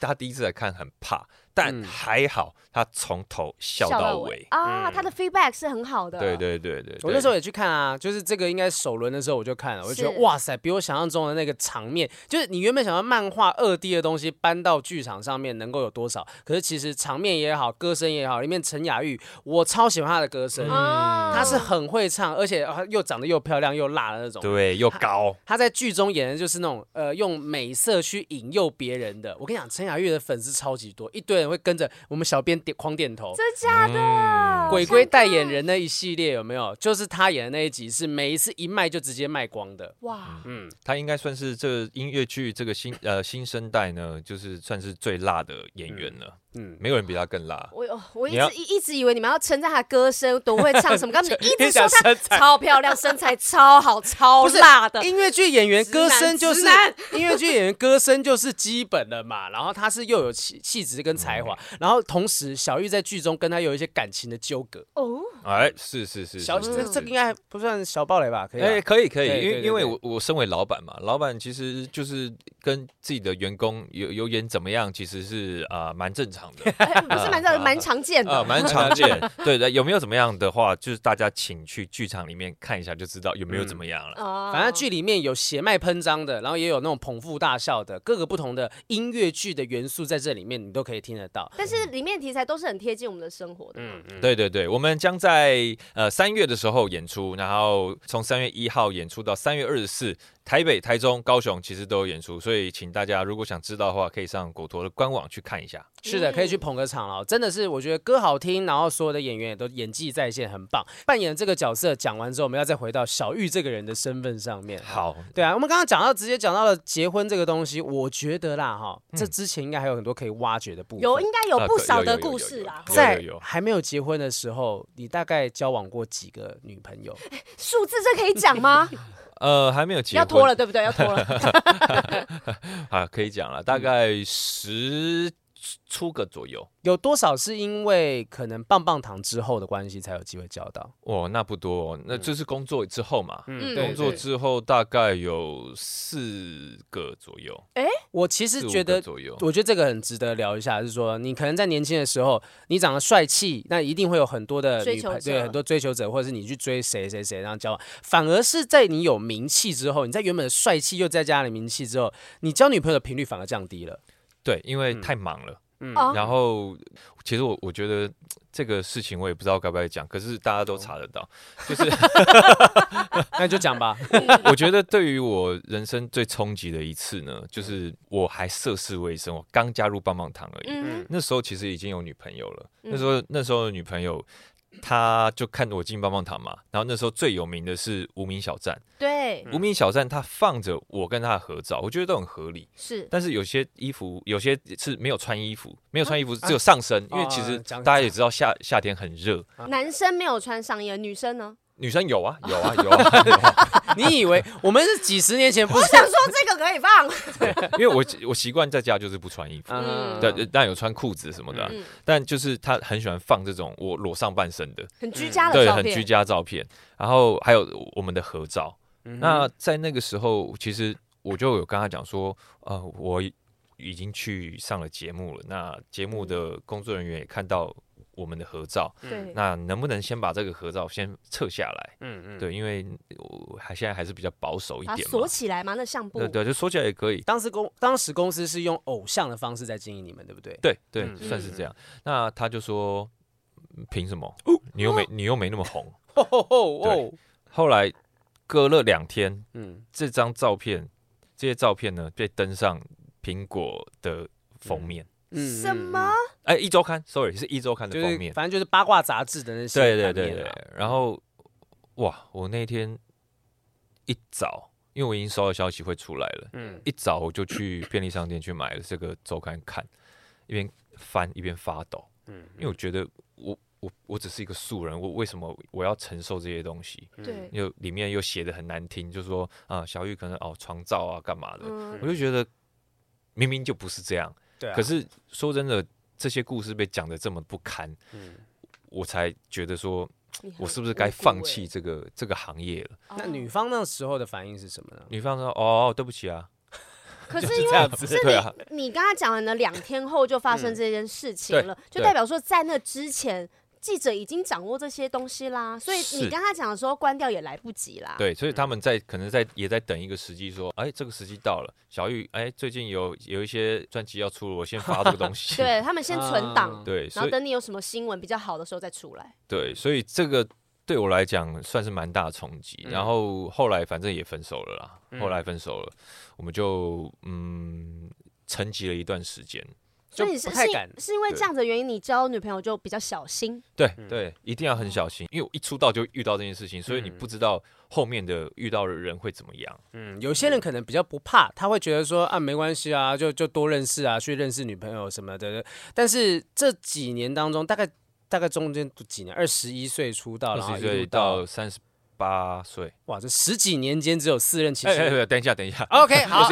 [SPEAKER 1] 他第一次来看很怕，但
[SPEAKER 2] 嗯
[SPEAKER 1] 还好他从头笑
[SPEAKER 3] 笑
[SPEAKER 1] 到
[SPEAKER 3] 到
[SPEAKER 1] 尾。
[SPEAKER 3] 啊，
[SPEAKER 2] 嗯
[SPEAKER 3] 他的 feedback 是很好的。
[SPEAKER 1] 对对对对，
[SPEAKER 2] 我那时候也去看啊，就是这个应该首轮的时候我就看了，我就觉得
[SPEAKER 3] 是
[SPEAKER 2] 哇塞，比我想象中的那个场面，就是你原本想要漫画二 D 的东西搬到剧场上面能够有多少？可是其实场面也好，歌声也好，里面陈雅玉，我超喜欢她的歌声，
[SPEAKER 3] 哦，
[SPEAKER 1] 嗯
[SPEAKER 2] 她是很会唱，而且呃又长得又漂亮又辣的那种。
[SPEAKER 1] 对又高，
[SPEAKER 2] 她在剧中演的就是那种呃，用美色去引诱别人的。我跟你讲，陈雅玉的粉丝超级多，一堆人会跟着我们小编点狂点头。
[SPEAKER 3] 真
[SPEAKER 1] 嗯
[SPEAKER 3] 假的？
[SPEAKER 2] 鬼鬼代言人那一系列有没有？就是他演的那一集，是每一次一卖就直接卖光的。
[SPEAKER 3] 哇，
[SPEAKER 2] 嗯，
[SPEAKER 1] 他应该算是这音乐剧这个新呃新生代呢，就是算是最辣的演员了。
[SPEAKER 2] 嗯，
[SPEAKER 1] 没有人比他更辣。
[SPEAKER 3] 我有，哦我一
[SPEAKER 1] 你要
[SPEAKER 3] 直一一直以为你们要称赞她歌声多会唱什么，刚才一直
[SPEAKER 2] 你
[SPEAKER 1] [laughs]
[SPEAKER 3] 说
[SPEAKER 2] 讲
[SPEAKER 3] 她
[SPEAKER 2] 身材
[SPEAKER 3] 超漂亮，身材超好，超
[SPEAKER 2] 不是
[SPEAKER 3] 辣的。
[SPEAKER 1] 哎
[SPEAKER 2] 音乐剧演员
[SPEAKER 3] 直
[SPEAKER 2] 歌
[SPEAKER 3] 男
[SPEAKER 2] 声就
[SPEAKER 3] 直
[SPEAKER 2] 是
[SPEAKER 3] 男
[SPEAKER 2] 音乐剧演员歌声就是基本的嘛，然后他是又有气气质跟才华，
[SPEAKER 3] 嗯
[SPEAKER 2] 然后同时小玉在剧中跟他有一些感情的纠葛，
[SPEAKER 3] 哦，
[SPEAKER 1] 哎，是是是，
[SPEAKER 2] 小
[SPEAKER 1] 是
[SPEAKER 2] 这这个应该不算小暴雷吧？可以吧，
[SPEAKER 1] 哎，可以可以，
[SPEAKER 2] 对
[SPEAKER 1] 因
[SPEAKER 2] 对
[SPEAKER 1] 为
[SPEAKER 2] 对
[SPEAKER 1] 因为
[SPEAKER 2] 对
[SPEAKER 1] 我我身为老板嘛，老板其实就是跟自己的员工有有演怎么样，其实是啊蛮正常的
[SPEAKER 3] 哎不是蛮常蛮常见
[SPEAKER 1] 啊，
[SPEAKER 3] 的，
[SPEAKER 1] 蛮常见。 [laughs] 对的，有没有怎么样的话，就是大家请去剧场里面看一下就知道有没有怎么样了。
[SPEAKER 3] 哦
[SPEAKER 2] 反正剧里面有血脉喷张的，然后也有那种捧腹大笑的，各个不同的音乐剧的元素在这里面，你都可以听得到。
[SPEAKER 3] 但是里面的题材都是很贴近我们的生活的嘛。
[SPEAKER 2] 嗯嗯，
[SPEAKER 1] 对对对，我们将在呃三月的时候演出，然后从三月一号演出到三月二十四，台北、台中、高雄其实都有演出，所以请大家如果想知道的话，可以上果陀的官网去看一下。
[SPEAKER 2] 是的，可以去捧个场了。真的是，我觉得歌好听，然后所有的演员也都演技在线，很棒。扮演这个角色讲完之后，我们要再回到小玉这个人的身份上面。
[SPEAKER 1] 好，
[SPEAKER 2] 对啊，我们刚刚讲到，直接讲到了结婚这个东西，我觉得啦哈，这之前应该还有很多可以挖掘的部分。
[SPEAKER 3] 有应该有
[SPEAKER 1] 啊
[SPEAKER 3] 不
[SPEAKER 1] 可
[SPEAKER 3] 少
[SPEAKER 1] 有
[SPEAKER 3] 的
[SPEAKER 1] 有有
[SPEAKER 3] 故
[SPEAKER 1] 有
[SPEAKER 3] 事
[SPEAKER 1] 有
[SPEAKER 3] 啦，
[SPEAKER 1] 有
[SPEAKER 2] 在还没有结婚的时候，你大概交往过几个女朋友？
[SPEAKER 3] 数字这可以讲吗？
[SPEAKER 1] 呃，还没有结婚，
[SPEAKER 3] 要拖了，对不对？要拖
[SPEAKER 1] [laughs]
[SPEAKER 3] 了。
[SPEAKER 1] 啊，可以讲了，大概十出个左右。
[SPEAKER 2] 有多少是因为可能棒棒糖之后的关系才有机会交到？
[SPEAKER 1] 哦，那不多、哦，那这是工作之后嘛。
[SPEAKER 3] 嗯
[SPEAKER 1] 工作
[SPEAKER 3] 对
[SPEAKER 1] 之后大概有四个左右，
[SPEAKER 2] 我其
[SPEAKER 1] 四
[SPEAKER 2] 实
[SPEAKER 1] 五
[SPEAKER 2] 觉
[SPEAKER 1] 个
[SPEAKER 2] 得，
[SPEAKER 1] 左右。
[SPEAKER 2] 我觉得这个很值得聊一下，是说你可能在年轻的时候，你长得帅气，那一定会有很多的
[SPEAKER 3] 追
[SPEAKER 2] 女
[SPEAKER 3] 求
[SPEAKER 2] 朋
[SPEAKER 3] 者
[SPEAKER 2] 对很多追求者，或者是你去追谁谁谁，然后交往。反而是在你有名气之后，你在原本的帅气又再加上你名气之后，你交女朋友的频率反而降低了。
[SPEAKER 1] 对，因为太忙了。
[SPEAKER 3] 嗯哦，
[SPEAKER 1] 嗯然后，其实我我觉得这个事情我也不知道该不该讲，可是大家都查得到。就是 [laughs]
[SPEAKER 2] 那你就讲吧，
[SPEAKER 1] 我觉得对于我人生最冲击的一次呢，就是我还涉世未深，我刚加入棒棒糖而已。
[SPEAKER 3] 嗯，
[SPEAKER 1] 那时候其实已经有女朋友了，
[SPEAKER 3] 嗯
[SPEAKER 1] 那时候那时候的女朋友，她就看我进棒棒糖嘛，然后那时候最有名的是无名小站，
[SPEAKER 3] 对，
[SPEAKER 2] 嗯
[SPEAKER 1] 无名小站它放着我跟她的合照，我觉得都很合理。
[SPEAKER 3] 是
[SPEAKER 1] 但是有些衣服，有些是没有穿衣服，没有穿衣服只有上身，因为其实
[SPEAKER 2] 啊哦讲
[SPEAKER 1] 大家也知道夏夏天很热，
[SPEAKER 3] 男生没有穿上衣，女生呢？
[SPEAKER 1] 女生有
[SPEAKER 2] [laughs]
[SPEAKER 1] 啊有啊有啊， [laughs] 有啊
[SPEAKER 2] 你以为我们是几十年前不是？
[SPEAKER 3] [laughs] 想说这个可以放， [laughs]
[SPEAKER 1] 因为我我习惯在家就是不穿衣服，
[SPEAKER 2] 嗯
[SPEAKER 1] 但但有穿裤子什么的啊，
[SPEAKER 3] 嗯
[SPEAKER 1] 但就是她很喜欢放这种我裸上半身的，
[SPEAKER 3] 很居家
[SPEAKER 1] 嗯
[SPEAKER 3] 的
[SPEAKER 1] 对，
[SPEAKER 3] 照
[SPEAKER 1] 很居
[SPEAKER 3] 片。
[SPEAKER 1] 家照片，然后还有我们的合照。
[SPEAKER 2] 嗯
[SPEAKER 1] 那在那个时候，其实我就有跟他讲说，呃，我已经去上了节目了，那节目的
[SPEAKER 2] 嗯
[SPEAKER 1] 工作人员也看到我们的合照，
[SPEAKER 3] 对，
[SPEAKER 1] 嗯那能不能先把这个合照先撤下来？
[SPEAKER 2] 嗯嗯，
[SPEAKER 1] 对，因为我还现在还是比较保守一
[SPEAKER 3] 把它
[SPEAKER 1] 点嘛
[SPEAKER 3] 锁，起来嘛，那相簿
[SPEAKER 1] 对。对，就说起来也可以。
[SPEAKER 2] 当时公当时公司是用偶像的方式在经营你们，对不对？
[SPEAKER 1] 对对，
[SPEAKER 2] 嗯
[SPEAKER 1] 算是这样。那他就说，嗯凭什么？你又没你又没那么
[SPEAKER 2] [laughs]
[SPEAKER 1] 红。
[SPEAKER 2] 哦哦
[SPEAKER 1] 对，后来隔了两天，
[SPEAKER 2] 嗯，
[SPEAKER 1] 这张照片，这些照片呢被登上苹果的封面，
[SPEAKER 2] 嗯
[SPEAKER 3] 什么？？
[SPEAKER 1] 哎、一周刊，sorry，是一周刊的
[SPEAKER 2] 就
[SPEAKER 1] 封
[SPEAKER 2] 是
[SPEAKER 1] 面。
[SPEAKER 2] 反正就是八卦杂志的那些
[SPEAKER 1] 对对
[SPEAKER 2] 版
[SPEAKER 1] 对
[SPEAKER 2] 面
[SPEAKER 1] 对
[SPEAKER 2] 啊。
[SPEAKER 1] 然后，哇，我那天一早，因为我已经收到消息会出来了，
[SPEAKER 2] 嗯，
[SPEAKER 1] 一早我就去便利商店去买了这个周刊看，一边翻一边发抖，
[SPEAKER 2] 嗯
[SPEAKER 1] 嗯，因为我觉得我我我只是一个素人，我为什么我要承受这些东西？
[SPEAKER 3] 对，
[SPEAKER 1] 又里面又写的很难听，就说啊，小玉可能哦床照啊干嘛的，
[SPEAKER 3] 嗯
[SPEAKER 1] 我就觉得明明就不是这样，
[SPEAKER 2] 对啊。
[SPEAKER 1] 可是说真的，这些故事被讲的这么不堪，
[SPEAKER 2] 嗯
[SPEAKER 1] 我才觉得说
[SPEAKER 3] 你很
[SPEAKER 1] 我是不是该
[SPEAKER 3] 无辜
[SPEAKER 1] 放
[SPEAKER 3] 欸
[SPEAKER 1] 弃这个这个行业了？
[SPEAKER 3] 哦
[SPEAKER 2] 那女方那时候的反应是什么呢？
[SPEAKER 1] 女方说哦，对不起啊，
[SPEAKER 3] 可
[SPEAKER 2] 就是这
[SPEAKER 3] 因为
[SPEAKER 2] 样
[SPEAKER 1] [laughs]
[SPEAKER 3] 可
[SPEAKER 2] 子
[SPEAKER 3] 是
[SPEAKER 1] 对啊，
[SPEAKER 3] 你你刚刚讲完了，两天后就发生这件事情了，就
[SPEAKER 1] 嗯对
[SPEAKER 3] 代表说在那之前。记者已经掌握这些东西啦，所以你
[SPEAKER 1] 是
[SPEAKER 3] 跟他讲的时候关掉也来不及啦。
[SPEAKER 1] 对，所以他们在可能在也在等一个时机，说哎，这个时机到了，小玉哎，最近有有一些专辑要出了，我先发这个东西。
[SPEAKER 3] [laughs] 对，他们先存档，
[SPEAKER 2] 啊
[SPEAKER 1] 对，
[SPEAKER 3] 然
[SPEAKER 1] 所
[SPEAKER 3] 后
[SPEAKER 1] 以
[SPEAKER 3] 等你有什么新闻比较好的时候再出来。
[SPEAKER 1] 对，所以这个对我来讲算是蛮大的冲击。
[SPEAKER 2] 嗯
[SPEAKER 1] 然后后来反正也分手了嗯啦，后来分手了，我们就嗯沉寂了一段时间。
[SPEAKER 3] 所
[SPEAKER 2] 就
[SPEAKER 3] 以你是
[SPEAKER 2] 不太
[SPEAKER 3] 是
[SPEAKER 2] 敢
[SPEAKER 3] 是因为这样的原因，你交女朋友就比较小心。
[SPEAKER 1] 对
[SPEAKER 2] 嗯
[SPEAKER 1] 对，一定要很小心，因为我一出道就遇到这件事情，所以你不知道后面的遇到的人会怎么样。
[SPEAKER 2] 嗯，有些人可能比较不怕，他会觉得说啊，没关系啊，就就多认识啊，去认识女朋友什么的。但是这几年当中，大概大概中间几年，二十一岁出道，
[SPEAKER 1] 二
[SPEAKER 2] 然后
[SPEAKER 1] 十
[SPEAKER 2] 一路
[SPEAKER 1] 岁到三十八岁，
[SPEAKER 2] 哇，这十几年间只有四任，其
[SPEAKER 1] 哎
[SPEAKER 2] 实、啊
[SPEAKER 1] 哎，哎等一下，等一下， [laughs]
[SPEAKER 2] OK 好，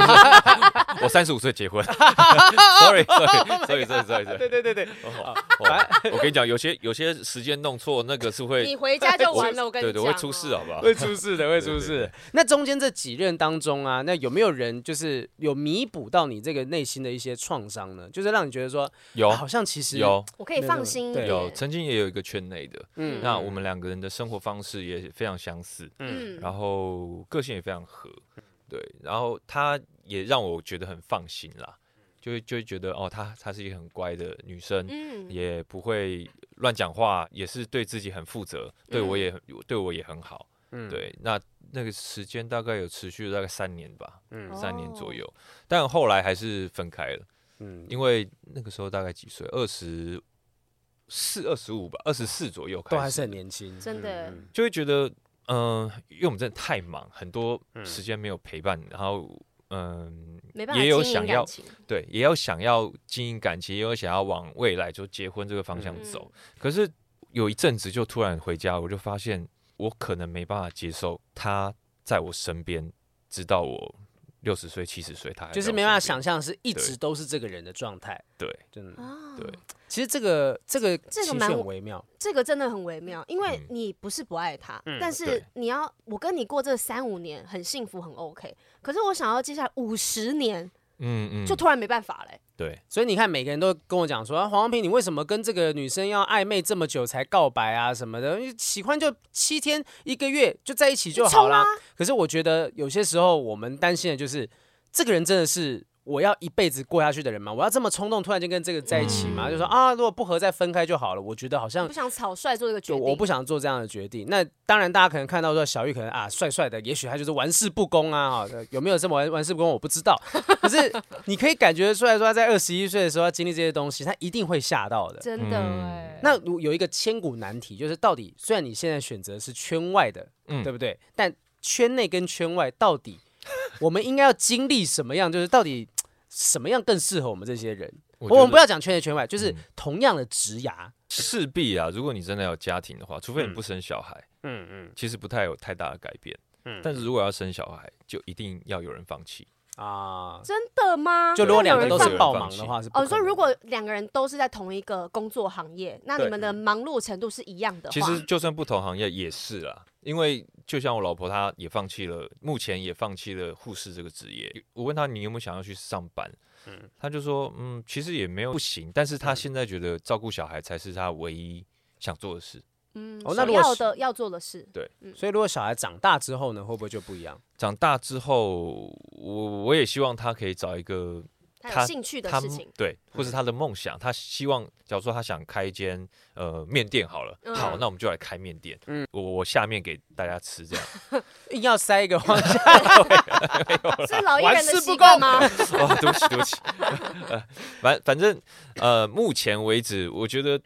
[SPEAKER 1] 我三十五岁结婚 [laughs]
[SPEAKER 2] [laughs]
[SPEAKER 1] ，sorry，sorry，sorry，sorry，sorry，
[SPEAKER 2] 对对对对，
[SPEAKER 1] 哦哦我跟你讲，有些有些时间弄错，那个是
[SPEAKER 3] 你
[SPEAKER 1] 会，
[SPEAKER 2] [laughs]
[SPEAKER 3] 回家就 [laughs] 完了，我跟
[SPEAKER 1] 对
[SPEAKER 3] 你
[SPEAKER 1] 对，
[SPEAKER 3] 讲、哦
[SPEAKER 1] 会出事，好哦不好？
[SPEAKER 2] 会出事 [laughs] 的，会出
[SPEAKER 1] 对
[SPEAKER 2] 事
[SPEAKER 1] 对
[SPEAKER 2] 的。那中间这几任当中啊，那有没有人就是有弥补到你这个内心的一些创伤呢？就是让你觉得说，
[SPEAKER 1] 有
[SPEAKER 2] 好像其实
[SPEAKER 1] 有
[SPEAKER 3] 我可以放心一
[SPEAKER 2] 对
[SPEAKER 3] 点。
[SPEAKER 1] 有，曾经也有一个圈内的，
[SPEAKER 2] 嗯
[SPEAKER 1] 那我们两个人的生活方式也非常相似，
[SPEAKER 3] 嗯，
[SPEAKER 1] 然后个性也非常合，对，然后她也让我觉得很放心啦，就会就会觉得哦，她她是一个很乖的女生，
[SPEAKER 3] 嗯，
[SPEAKER 1] 也不会乱讲话，也是对自己很负责，对
[SPEAKER 3] 嗯
[SPEAKER 1] 我也很对我也很好。
[SPEAKER 2] 嗯，
[SPEAKER 1] 对，那那个时间大概有持续了大概三年吧，
[SPEAKER 2] 嗯
[SPEAKER 1] 三年左
[SPEAKER 3] 哦
[SPEAKER 1] 右。但后来还是分开了，
[SPEAKER 2] 嗯，
[SPEAKER 1] 因为那个时候大概几岁，二十四、二十五吧，二十四左右开始，
[SPEAKER 2] 都还是很年轻，
[SPEAKER 3] 真的
[SPEAKER 2] 嗯
[SPEAKER 1] 就会觉得，嗯、因为我们真的太忙，很多
[SPEAKER 2] 嗯
[SPEAKER 1] 时间没有陪伴，然后嗯、
[SPEAKER 3] 没办法
[SPEAKER 1] 也有
[SPEAKER 3] 经营
[SPEAKER 1] 想
[SPEAKER 3] 感
[SPEAKER 1] 要
[SPEAKER 3] 情，
[SPEAKER 1] 对，也有想要经营感情，也有想要往未来就结婚这个方向
[SPEAKER 3] 嗯
[SPEAKER 1] 走。可是有一阵子就突然回家，我就发现我可能没办法接受他在我身边，直到我六十岁、七十岁，他还
[SPEAKER 2] 就是
[SPEAKER 1] 在我
[SPEAKER 2] 没办法
[SPEAKER 1] 身
[SPEAKER 2] 想象是一
[SPEAKER 1] 对
[SPEAKER 2] 直都是这个人的状态，
[SPEAKER 1] 边。对，
[SPEAKER 2] 真的。
[SPEAKER 3] 啊，
[SPEAKER 1] 对
[SPEAKER 2] 其实这个这个
[SPEAKER 3] 这
[SPEAKER 2] 情
[SPEAKER 3] 个
[SPEAKER 2] 绪
[SPEAKER 3] 蛮
[SPEAKER 2] 很微妙，
[SPEAKER 3] 这个真的很微妙，因为
[SPEAKER 1] 嗯
[SPEAKER 3] 你不是不爱他，
[SPEAKER 2] 嗯
[SPEAKER 3] 但是
[SPEAKER 1] 对
[SPEAKER 3] 你要我跟你过这三五年很幸福很 OK，可是我想要接下来五十年
[SPEAKER 1] 嗯嗯，
[SPEAKER 3] 就突然没办法嘞、欸
[SPEAKER 1] 对
[SPEAKER 2] 所以你看每个人都跟我讲说，啊、黄光平，你为什么跟这个女生要暧昧这么久才告白啊什么的？因为喜欢就七天一个月就在一起就好
[SPEAKER 3] 冲
[SPEAKER 2] 啦
[SPEAKER 3] 啊。
[SPEAKER 2] 可是我觉得有些时候我们担心的就是，这个人真的是我要一辈子过下去的人吗？我要这么冲动突然间跟这个在一起吗？
[SPEAKER 1] 嗯
[SPEAKER 2] 就说啊，如果不合再分开就好了。我觉得好像
[SPEAKER 3] 不想草率做这个决
[SPEAKER 2] 就
[SPEAKER 3] 定，
[SPEAKER 2] 我不想做这样的决定。那当然，大家可能看到说小玉可能啊帅帅的，也许他就是玩世不恭啊，哈，有没有这么玩玩世不恭我不知道。可是你可以感觉出来说，他在二十一岁的时候他经历这些东西，他一定会吓到的。
[SPEAKER 3] 真的
[SPEAKER 1] 嗯
[SPEAKER 3] 哎、
[SPEAKER 2] 那如有一个千古难题，就是到底虽然你现在选择是圈外的，
[SPEAKER 1] 嗯
[SPEAKER 2] 对不对？但圈内跟圈外到底我们应该要经历什么样？就是到底什么样更适合我们这些人？
[SPEAKER 1] 我
[SPEAKER 2] 我
[SPEAKER 1] 觉
[SPEAKER 2] 们不
[SPEAKER 1] 得
[SPEAKER 2] 要讲圈内圈外，就是
[SPEAKER 1] 嗯
[SPEAKER 2] 同样的职涯。
[SPEAKER 1] 势必啊，如果你真的有家庭的话，除非你
[SPEAKER 2] 嗯
[SPEAKER 1] 不生小孩，
[SPEAKER 2] 嗯嗯
[SPEAKER 1] 其实不太有太大的改变。
[SPEAKER 2] 嗯
[SPEAKER 1] 但是如果要生小孩，就一定要有人放弃。
[SPEAKER 2] 啊，
[SPEAKER 3] 真的吗？
[SPEAKER 2] 就如果两个
[SPEAKER 3] 那有
[SPEAKER 2] 都
[SPEAKER 3] 人
[SPEAKER 2] 是
[SPEAKER 3] 放
[SPEAKER 2] 爆忙的话是不
[SPEAKER 3] 哦，
[SPEAKER 2] 可能的，
[SPEAKER 3] 你说如果两个人都是在同一个工作行业，那
[SPEAKER 1] 对
[SPEAKER 3] 你们的忙碌程度是一样的话，
[SPEAKER 1] 其实就算不同行业也是啦，因为就像我老婆，她也放弃了，目前也放弃了护士这个职业。我问她你有没有想要去上班，嗯，她就说嗯，其实也没有不行，但是她现在觉得照顾小孩才是她唯一想做的事。
[SPEAKER 3] 嗯，
[SPEAKER 2] 哦那如
[SPEAKER 3] 所
[SPEAKER 2] 果
[SPEAKER 3] 要
[SPEAKER 2] 是
[SPEAKER 3] 的要做的事，
[SPEAKER 2] 所以如果小孩长大之后呢，会不会就不一样？
[SPEAKER 1] 长大之后，我我也希望她可以找一个
[SPEAKER 3] 他有
[SPEAKER 1] 他
[SPEAKER 3] 兴趣的
[SPEAKER 1] 她
[SPEAKER 3] 事情，嗯
[SPEAKER 1] 对，或是她的梦想。她希望，假如说她想开一间呃面店好了，
[SPEAKER 3] 嗯
[SPEAKER 1] 好，那我们就来开面店，
[SPEAKER 2] 嗯
[SPEAKER 1] 嗯，我我下面给大家吃这样。 [laughs]
[SPEAKER 2] 硬 [laughs] 要塞一个往下，
[SPEAKER 3] 是老艺人
[SPEAKER 2] 玩世
[SPEAKER 3] 的
[SPEAKER 2] 不
[SPEAKER 3] 习惯吗？
[SPEAKER 1] 哦，对不起，对不起。 [laughs] 呃，反反正呃，目前为止，我觉得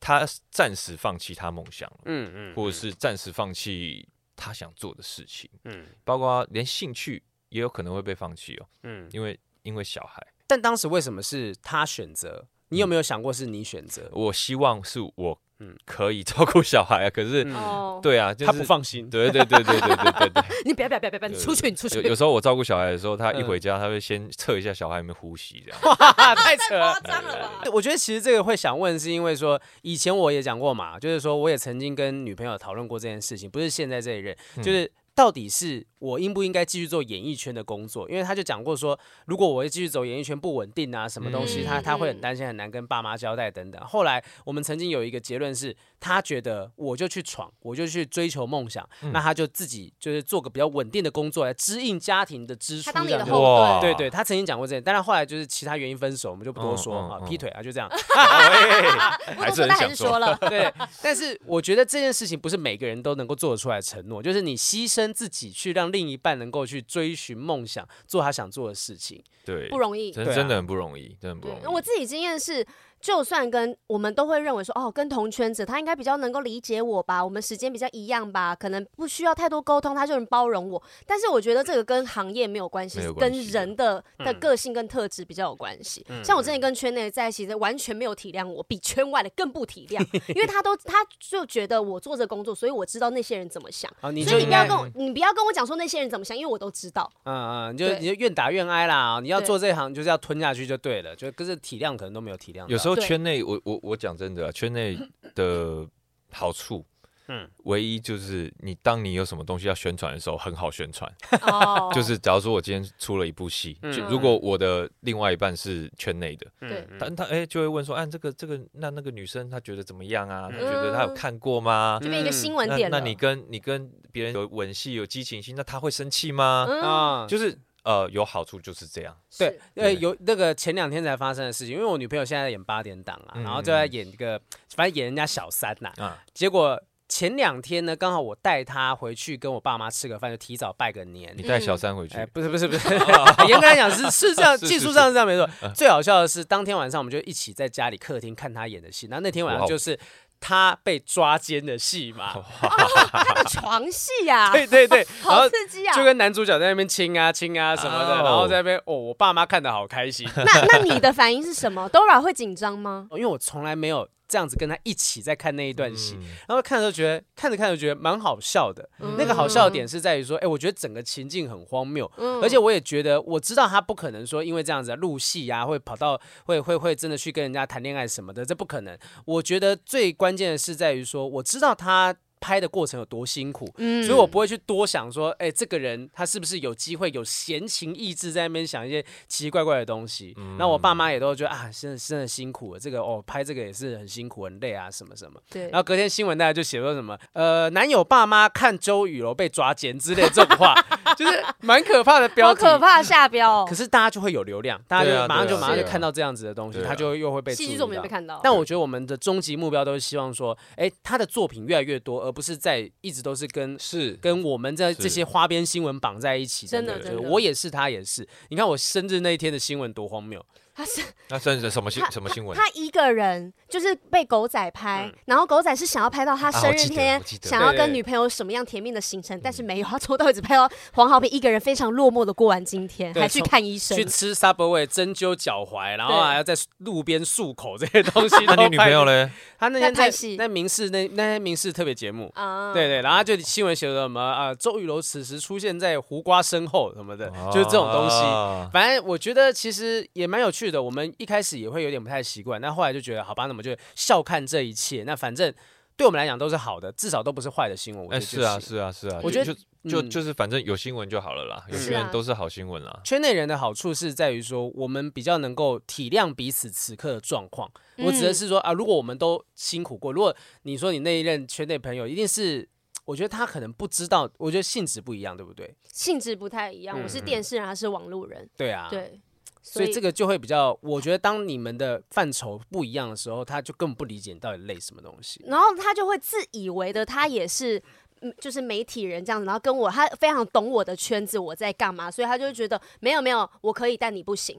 [SPEAKER 1] 他暂时放弃他梦想了，
[SPEAKER 2] 嗯嗯
[SPEAKER 1] 或者是暂时放弃他想做的事情，
[SPEAKER 2] 嗯
[SPEAKER 1] 包括连兴趣也有可能会被放弃哦，
[SPEAKER 2] 嗯。
[SPEAKER 1] 因为因为小孩，
[SPEAKER 2] 但当时为什么是他选择？你有没有想过是你选择？
[SPEAKER 1] 我希望是我
[SPEAKER 2] 嗯
[SPEAKER 1] 可以 [laughs] 照顾小孩啊，可是、
[SPEAKER 2] 嗯
[SPEAKER 3] 哦，
[SPEAKER 1] 对啊，就是
[SPEAKER 2] 他不。放心，
[SPEAKER 1] 对对对对对对对
[SPEAKER 2] [laughs]
[SPEAKER 1] 对
[SPEAKER 3] 你不要不要不要不要，你出去你出去
[SPEAKER 1] 有，有时候我照顾小孩的时候，他一
[SPEAKER 2] 嗯
[SPEAKER 1] 回家，他会先测一下小孩有没有呼吸，这样。
[SPEAKER 2] [laughs] 啊，太扯了 [laughs]
[SPEAKER 3] 夸。张了吧？
[SPEAKER 2] 对我觉得其实这个会想问，是因为说以前我也讲过嘛，就是说我也曾经跟女朋友讨论过这件事情，不是现在这一任，就是到底是我应不应该继续做演艺圈的工作？因为他就讲过说，如果我会继续走演艺圈不稳定啊，什么东西，
[SPEAKER 3] 嗯
[SPEAKER 2] 他他会很
[SPEAKER 3] 嗯
[SPEAKER 2] 担心，很难跟爸妈交代等等。后来我们曾经有一个结论是，他觉得我就去闯，我就去追求梦想，那他就自己就是做个比较稳定的工作来支应家庭的支出，
[SPEAKER 3] 他当
[SPEAKER 2] 这
[SPEAKER 3] 你的
[SPEAKER 2] 样子。
[SPEAKER 3] 后
[SPEAKER 1] 哇
[SPEAKER 2] 对
[SPEAKER 3] 盾，
[SPEAKER 2] 对，他曾经讲过这，当然后来就是其他原因分手，我们就不多说
[SPEAKER 1] 嗯嗯
[SPEAKER 2] 啊，
[SPEAKER 1] 嗯
[SPEAKER 2] 劈腿啊，就这样。 [laughs]
[SPEAKER 1] 哎
[SPEAKER 3] 不多说，但还是说了，
[SPEAKER 2] 对，但是我觉得这件事情不是每个人都能够做得出来的承诺，就是你牺牲身自己去让另一半能够去追寻梦想，做他想做的事情。
[SPEAKER 1] 对，
[SPEAKER 3] 不容易。
[SPEAKER 1] 真
[SPEAKER 2] 对啊
[SPEAKER 1] 真的很不容易，真的很不容
[SPEAKER 3] 嗯
[SPEAKER 1] 易。
[SPEAKER 3] 我自己经验是，就算跟我们都会认为说，哦，跟同圈子，他应该比较能够理解我吧，我们时间比较一样吧，可能不需要太多沟通，他就能包容我。但是我觉得这个跟行业没有关系，
[SPEAKER 1] 没有
[SPEAKER 3] 是
[SPEAKER 1] 关
[SPEAKER 3] 跟
[SPEAKER 1] 系啊嗯
[SPEAKER 3] 人的的
[SPEAKER 2] 嗯
[SPEAKER 3] 个性跟特质比较有关系。像我之前跟圈内在一起，完全没有体谅我，比圈外的更不体谅，因为他都他就觉得我做这工作，所以我知道那些人怎么想。
[SPEAKER 2] 啊，你
[SPEAKER 3] 所以
[SPEAKER 2] 就应
[SPEAKER 3] 你不
[SPEAKER 1] 嗯
[SPEAKER 3] 要
[SPEAKER 2] 该，
[SPEAKER 3] 跟我，你不要跟我讲说那些人怎么想，因为我都
[SPEAKER 1] [laughs]
[SPEAKER 3] 知道。
[SPEAKER 2] 嗯嗯，你就
[SPEAKER 3] 对
[SPEAKER 2] 你就愿打愿挨啦。你要
[SPEAKER 3] 对
[SPEAKER 2] 做这行，就是要吞下去就对了，就可是体谅可能都没有体谅到。
[SPEAKER 1] 有时候
[SPEAKER 3] 对
[SPEAKER 1] 圈内，我我我讲真的、啊，圈内的好处，
[SPEAKER 2] 嗯
[SPEAKER 1] 嗯，唯一就是你当你有什么东西要宣传的时候，很好宣传。，
[SPEAKER 3] 哦
[SPEAKER 1] 就是假如说我今天出了一部戏，
[SPEAKER 2] 嗯
[SPEAKER 1] 就如果我的另外一半是圈内的，
[SPEAKER 3] 对
[SPEAKER 2] 嗯，
[SPEAKER 1] 但他哎、就会问说，啊，这个这个那那个女生她觉得怎么样啊？她觉得她有
[SPEAKER 3] 嗯
[SPEAKER 1] 看过吗？
[SPEAKER 3] 就变一个
[SPEAKER 2] 嗯
[SPEAKER 3] 新闻
[SPEAKER 1] 那
[SPEAKER 3] 点了。
[SPEAKER 1] 那你跟你跟别人有吻戏有激情戏，那她会生气吗？
[SPEAKER 3] 嗯
[SPEAKER 2] 啊，
[SPEAKER 1] 就是呃有好处就是这样，
[SPEAKER 2] 对
[SPEAKER 3] 是，
[SPEAKER 2] 呃，
[SPEAKER 1] 对
[SPEAKER 2] 有那个前两天才发生的事情，因为我女朋友现在在演八点档啊，然后就在演一个，反正演人家小三呐、
[SPEAKER 1] 啊
[SPEAKER 2] 结果前两天呢，刚好我带她回去跟我爸妈吃个饭，就提早拜个年
[SPEAKER 1] 你。带
[SPEAKER 3] 嗯
[SPEAKER 1] 小三回去，
[SPEAKER 2] 哎，不是不是不是，严格来讲是是这样，
[SPEAKER 1] 是
[SPEAKER 2] 技术
[SPEAKER 1] 是
[SPEAKER 2] 上是这样没错。最好笑的是，当天晚上我们就一起在家里客厅看她演的戏，然后那天晚上
[SPEAKER 1] 哇哦
[SPEAKER 2] 就是她被抓奸的戏嘛。
[SPEAKER 3] 他的床戏
[SPEAKER 2] [laughs]
[SPEAKER 3] 呀、
[SPEAKER 2] 对对对，然
[SPEAKER 3] 好
[SPEAKER 2] 后
[SPEAKER 3] 刺激啊！
[SPEAKER 2] 就跟男主角在那边亲啊亲啊什么的，然后
[SPEAKER 1] 哦
[SPEAKER 2] 在那边哦，我爸妈看的好开心，
[SPEAKER 3] 那那你的反应是
[SPEAKER 2] [laughs]
[SPEAKER 3] 什么？Dora 会紧张吗？
[SPEAKER 2] 哦因为我从来没有这样子跟他一起在看那一段戏，然后看的时候觉得看着看着觉得蛮好笑的。
[SPEAKER 3] 嗯
[SPEAKER 2] 那个好笑的点是在于说，哎、我觉得整个情境很荒谬，
[SPEAKER 3] 嗯
[SPEAKER 2] 而且我也觉得我知道他不可能说因为这样子录戏啊，会跑到会会会真的去跟人家谈恋爱什么的，这不可能。我觉得最关键的是在于说，我知道他。拍的过程有多辛苦，
[SPEAKER 3] 嗯
[SPEAKER 2] 所以我不会去多想说，哎、这个人他是不是有机会有闲情逸致在那边想一些奇奇怪怪的东西。
[SPEAKER 1] 嗯
[SPEAKER 2] 那我爸妈也都觉得啊，真的真的辛苦了，这个哦拍这个也是很辛苦很累啊，什么什么。
[SPEAKER 3] 对
[SPEAKER 2] 然后隔天新闻大家就写说什么，呃，男友爸妈看周雨柔被抓奸之类的这种
[SPEAKER 3] [laughs]
[SPEAKER 2] 话，就是蛮可怕的标
[SPEAKER 3] 好
[SPEAKER 2] 题。
[SPEAKER 3] 可怕，下标、
[SPEAKER 2] [laughs] 可
[SPEAKER 3] 哦。
[SPEAKER 2] 是大家就会有流量，大家
[SPEAKER 1] 对
[SPEAKER 2] 就
[SPEAKER 1] 啊
[SPEAKER 2] 马上
[SPEAKER 1] 对
[SPEAKER 2] 就
[SPEAKER 1] 啊
[SPEAKER 2] 马上就
[SPEAKER 1] 对啊
[SPEAKER 2] 看到这样子的东西，
[SPEAKER 1] 对啊
[SPEAKER 2] 他就又会被注
[SPEAKER 3] 戏剧
[SPEAKER 2] 意
[SPEAKER 3] 作品
[SPEAKER 2] 到
[SPEAKER 3] 被。看到，
[SPEAKER 2] 但我觉得我们的终极目标都是希望说，哎，他的作品越来越多，而不是在一直都是跟
[SPEAKER 1] 是
[SPEAKER 2] 跟我们在
[SPEAKER 1] 是
[SPEAKER 2] 这些花边新闻绑在一起。
[SPEAKER 3] 真的
[SPEAKER 2] 对
[SPEAKER 3] 真的
[SPEAKER 2] 我也是，他也是。你看我生日那一天的新闻多荒谬，
[SPEAKER 3] 他是
[SPEAKER 1] 那算是什么新
[SPEAKER 3] 他
[SPEAKER 1] 什么新闻？
[SPEAKER 3] 他一个人就是被狗仔拍，
[SPEAKER 2] 嗯
[SPEAKER 3] 然后狗仔是想要拍到他生
[SPEAKER 1] 啊我
[SPEAKER 3] 日
[SPEAKER 1] 记得
[SPEAKER 3] 天，
[SPEAKER 1] 我记得
[SPEAKER 3] 想要
[SPEAKER 2] 对对嗯
[SPEAKER 3] 跟女朋友什么样甜蜜的行程，但是没有，他从头到尾只拍到黄豪平一个人非常落寞的过完今天，
[SPEAKER 2] 对
[SPEAKER 3] 还去
[SPEAKER 2] 从
[SPEAKER 3] 看医生
[SPEAKER 2] 去。吃 Subway 针灸脚踝，然后
[SPEAKER 3] 对
[SPEAKER 2] 还要在路边漱口这些
[SPEAKER 1] [laughs]
[SPEAKER 2] 东西都
[SPEAKER 1] 那你女
[SPEAKER 2] 拍
[SPEAKER 1] 朋友嘞？
[SPEAKER 2] 他那天
[SPEAKER 3] 在拍
[SPEAKER 2] 在
[SPEAKER 3] 戏
[SPEAKER 2] 在民视那那天民视特别节目，
[SPEAKER 3] 啊
[SPEAKER 2] 对对，然后他就新闻写的什么啊，呃周雨柔此时出现在胡瓜身后什么的，
[SPEAKER 3] 哦
[SPEAKER 1] 哦
[SPEAKER 2] 就是这种东西。
[SPEAKER 1] 啊
[SPEAKER 2] 反正我觉得其实也蛮有趣的，我们一开始也会有点不太习惯，但后来就觉得好吧，那我们就笑看这一切。那反正对我们来讲都是好的，至少都不是坏的新闻。我觉
[SPEAKER 1] 哎，
[SPEAKER 2] 得
[SPEAKER 1] 是啊，
[SPEAKER 2] 这
[SPEAKER 1] 是啊，是啊，
[SPEAKER 2] 我
[SPEAKER 1] 就
[SPEAKER 2] 觉得
[SPEAKER 1] 就就
[SPEAKER 2] 嗯
[SPEAKER 1] 就是反正有新闻就好了啦，有
[SPEAKER 2] 是
[SPEAKER 1] 新闻
[SPEAKER 3] 啊
[SPEAKER 1] 都是好新闻啦。
[SPEAKER 2] 圈内人的好处是在于说，我们比较能够体谅彼此此刻的状况。我指的是说啊，如果我们都辛苦过，如果你说你那一任圈内朋友一定是，我觉得他可能不知道，我觉得性质不一样，对不对？
[SPEAKER 3] 性质不太一样，
[SPEAKER 2] 嗯
[SPEAKER 3] 我是电视人，他是网路人，
[SPEAKER 2] 对啊，。
[SPEAKER 3] 对，
[SPEAKER 2] 所以这个就会比较，我觉得当你们的范畴不一样的时候，他就更不理解你到底累什么东西。
[SPEAKER 3] 然后他就会自以为的他也是。嗯，就是媒体人这样子，然后跟我，他非常懂我的圈子，我在干嘛，所以他就会觉得没有没有，我可以，但你不行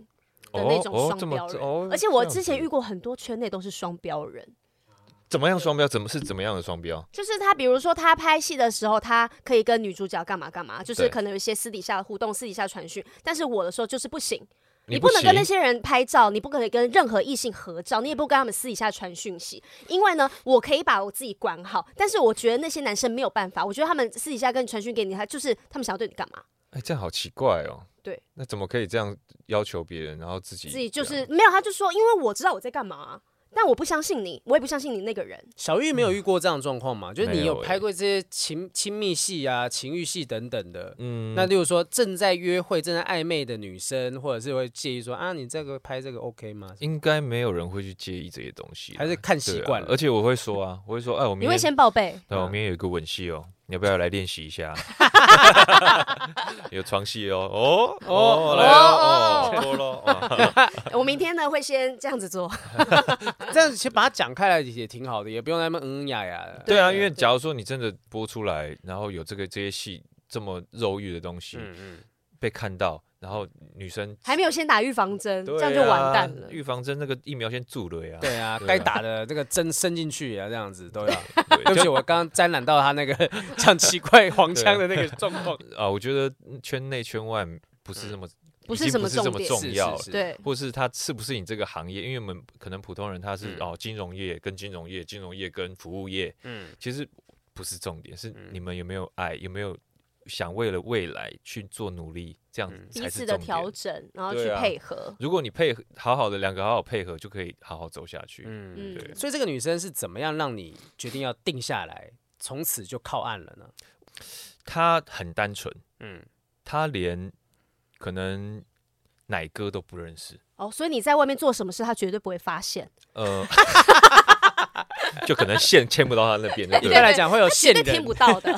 [SPEAKER 3] 的那种
[SPEAKER 1] 哦
[SPEAKER 3] 双
[SPEAKER 1] 这
[SPEAKER 3] 标
[SPEAKER 1] 么
[SPEAKER 3] 人。
[SPEAKER 1] 哦
[SPEAKER 3] 而且我
[SPEAKER 1] 这样
[SPEAKER 3] 之前
[SPEAKER 1] 子
[SPEAKER 3] 遇过很多圈内都是双标人，
[SPEAKER 1] 怎么样双标？怎么是怎么样的双标？
[SPEAKER 3] 就是他，比如说他拍戏的时候，他可以跟女主角干嘛干嘛，就是
[SPEAKER 1] 对
[SPEAKER 3] 可能有一些私底下的互动、私底下传讯，但是我的时候就是不行，你
[SPEAKER 1] 不
[SPEAKER 3] 不能跟
[SPEAKER 1] 行
[SPEAKER 3] 那些人拍照，你不可以跟任何异性合照，你也不跟他们私底下传讯息，因为呢，我可以把我自己管好，但是我觉得那些男生没有办法，我觉得他们私底下跟你传讯给你，他就是他们想要对你干嘛，
[SPEAKER 1] 哎，这样好奇怪哦。
[SPEAKER 3] 对，
[SPEAKER 1] 那怎么可以这样要求别人，然后自己
[SPEAKER 3] 自己
[SPEAKER 1] 这
[SPEAKER 3] 就
[SPEAKER 1] 样
[SPEAKER 3] 是没有，他就说因为我知道我在干嘛啊、但我不相信你，我也不相信你那个人，
[SPEAKER 2] 小玉没有遇过这样的状况嘛？就是
[SPEAKER 1] 嗯
[SPEAKER 2] 你
[SPEAKER 1] 没有
[SPEAKER 2] 有
[SPEAKER 1] 欸
[SPEAKER 2] 拍过这些亲亲密戏啊、情欲戏等等的，
[SPEAKER 1] 嗯
[SPEAKER 2] 那例如说正在约会、正在暧昧的女生，或者是会介意说啊，你这个拍这个 OK 吗？
[SPEAKER 1] 应该没有人会去介意这些东西啦，
[SPEAKER 2] 还是看
[SPEAKER 1] 对
[SPEAKER 2] 习
[SPEAKER 1] 啊
[SPEAKER 2] 惯了 [laughs]
[SPEAKER 1] 而。且我会说啊，我会说，哎，我
[SPEAKER 3] 你
[SPEAKER 1] 明
[SPEAKER 3] 会
[SPEAKER 1] 天，
[SPEAKER 3] 先
[SPEAKER 1] [laughs]
[SPEAKER 3] 报备，
[SPEAKER 1] 对啊，我明天有一个吻戏哦，你要不要来练习一下？啊 [laughs] 有床戏哦，哦哦，来哦，哦，多咯
[SPEAKER 3] [laughs]
[SPEAKER 1] 哦，
[SPEAKER 3] 我明天呢会先这样子做，
[SPEAKER 2] 这样其实把它讲开来也挺好的，也不用那么嗯嗯呀呀的。
[SPEAKER 1] 对啊，因为假如说你真的播出来，然后有这个这些戏。这么肉欲的东西
[SPEAKER 2] 嗯嗯，
[SPEAKER 1] 被看到，然后女生
[SPEAKER 3] 还没有先打预防针，
[SPEAKER 1] 对
[SPEAKER 3] 这样就完蛋
[SPEAKER 1] 啊
[SPEAKER 3] 了。
[SPEAKER 1] 预防针那个疫苗先注了呀，
[SPEAKER 2] 对啊，
[SPEAKER 1] 对啊
[SPEAKER 2] 该打的这个针伸进去也啊要这样子都要。
[SPEAKER 1] [laughs] 对
[SPEAKER 2] 对不
[SPEAKER 1] 就
[SPEAKER 2] 起，我刚刚沾染到他那个 [laughs] 像奇怪黄腔的那个状
[SPEAKER 1] [laughs]
[SPEAKER 2] 况。
[SPEAKER 1] 啊，我觉得圈内圈外不是那么
[SPEAKER 3] 不
[SPEAKER 1] 已
[SPEAKER 3] 是
[SPEAKER 1] 经
[SPEAKER 3] 什
[SPEAKER 1] 不
[SPEAKER 3] 么
[SPEAKER 1] 是这
[SPEAKER 3] 重
[SPEAKER 1] 么
[SPEAKER 3] 点
[SPEAKER 1] 重要了
[SPEAKER 2] 嗯是是。是
[SPEAKER 3] 对，
[SPEAKER 1] 或是他是不是你这个行业？因为我们可能普通人他是、
[SPEAKER 2] 嗯
[SPEAKER 1] 哦，金融业跟金融业，金融业跟服务业，
[SPEAKER 2] 嗯，
[SPEAKER 1] 其实不是重点，是
[SPEAKER 2] 嗯
[SPEAKER 1] 你们有没有爱，有没有想为了未来去做努力，这样
[SPEAKER 2] 嗯
[SPEAKER 1] 子才
[SPEAKER 3] 彼
[SPEAKER 1] 是
[SPEAKER 3] 此
[SPEAKER 1] 重
[SPEAKER 3] 的
[SPEAKER 1] 点。
[SPEAKER 3] 调整，然后
[SPEAKER 1] 对
[SPEAKER 3] 去
[SPEAKER 1] 啊
[SPEAKER 3] 配合。
[SPEAKER 1] 如果你配合好好的两个好好配合，就可以好好走下去。
[SPEAKER 2] 嗯
[SPEAKER 1] 对
[SPEAKER 2] 所以这个女生是怎么样让你决定要定下来，从此就靠岸了呢？
[SPEAKER 1] 他很单纯，
[SPEAKER 2] 嗯，
[SPEAKER 1] 他连可能奶哥都不认识，
[SPEAKER 3] 哦，所以你在外面做什么事，他绝对不会发现。
[SPEAKER 1] 呃， [laughs] 就可能线牵不到他那边，对不
[SPEAKER 2] 一
[SPEAKER 1] 对
[SPEAKER 2] [laughs] 般？来讲会有
[SPEAKER 3] 绝
[SPEAKER 2] 线
[SPEAKER 3] 对
[SPEAKER 2] 人
[SPEAKER 3] 听不，到的，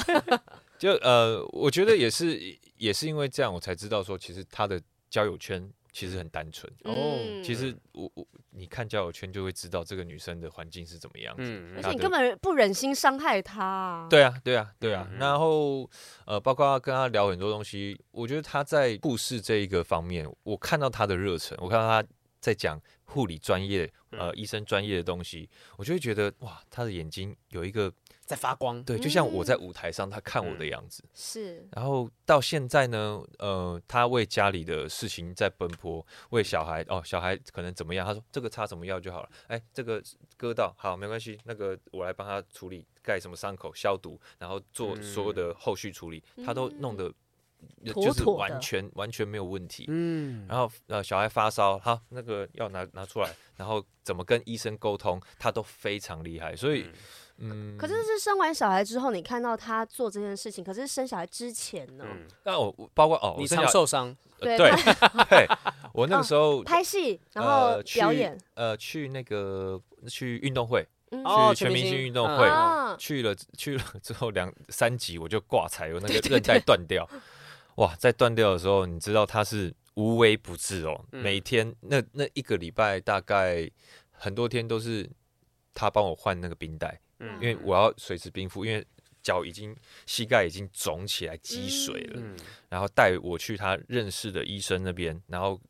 [SPEAKER 1] 就呃，我觉得也是，也是因为这样，我才知道说，其实他的交友圈其实很单纯。
[SPEAKER 3] 嗯
[SPEAKER 1] 哦其实我我你看交友圈就会知道这个女生的环境是怎么样子。
[SPEAKER 2] 嗯
[SPEAKER 3] 而
[SPEAKER 2] 嗯
[SPEAKER 3] 且你根本不忍心伤害他。，
[SPEAKER 1] 对啊，对啊，对啊。
[SPEAKER 2] 嗯嗯
[SPEAKER 1] 然后呃，包括跟他聊很多东西，我觉得他在护士这一个方面，我看到他的热忱，我看到他在讲护理专业、呃
[SPEAKER 2] 嗯
[SPEAKER 1] 医生专业的东西，我就会觉得哇，他的眼睛有一个
[SPEAKER 2] 在发光。
[SPEAKER 1] 对，就像我
[SPEAKER 3] 嗯
[SPEAKER 1] 在舞台上他看我的样子。
[SPEAKER 3] 是
[SPEAKER 1] 然后到现在呢，呃，他为家里的事情在奔波，为小孩哦，小孩可能怎么样？他说这个擦怎么药就好了，哎，这个割到好没关系，那个我来帮他处理，盖什么伤口、消毒，然后
[SPEAKER 3] 嗯
[SPEAKER 1] 做所有的后续处理，他都弄得呃
[SPEAKER 3] 妥
[SPEAKER 1] 就是
[SPEAKER 3] 妥的
[SPEAKER 1] 完全完全没有问题。
[SPEAKER 2] 嗯，
[SPEAKER 1] 然后呃，小孩发烧，好，那个药拿拿出来，然后怎么跟医生沟通，他都非常厉害，所以嗯，
[SPEAKER 3] 可是是生完小孩之后，你看到他做这件事情，可是生小孩之前呢，
[SPEAKER 2] 嗯，
[SPEAKER 1] 那我我包括哦，我
[SPEAKER 2] 你
[SPEAKER 1] 生
[SPEAKER 2] 常
[SPEAKER 1] 小
[SPEAKER 2] 受伤，
[SPEAKER 1] 呃
[SPEAKER 3] 对
[SPEAKER 1] 对对，我那个时候
[SPEAKER 3] 拍戏，然后
[SPEAKER 1] 呃去
[SPEAKER 3] 表演，
[SPEAKER 1] 呃，去那个去运动会，
[SPEAKER 3] 嗯
[SPEAKER 2] 哦
[SPEAKER 1] 去全明
[SPEAKER 2] 全明
[SPEAKER 1] 星
[SPEAKER 2] 星
[SPEAKER 1] 运动
[SPEAKER 2] 嗯
[SPEAKER 1] 会，
[SPEAKER 3] 啊，
[SPEAKER 1] 去了去了之后两三集我就挂彩，我那个韧带断掉。哇，在断掉的时候，你知道他是无微不至哦，
[SPEAKER 2] 嗯
[SPEAKER 1] 每天那那一个礼拜大概很多天都是他帮我换那个冰带，
[SPEAKER 2] 嗯
[SPEAKER 1] 因为我要水质冰敷，因为脚已经膝盖已经肿起来积水了，
[SPEAKER 2] 嗯
[SPEAKER 1] 然后带我去他认识的医生那边，然后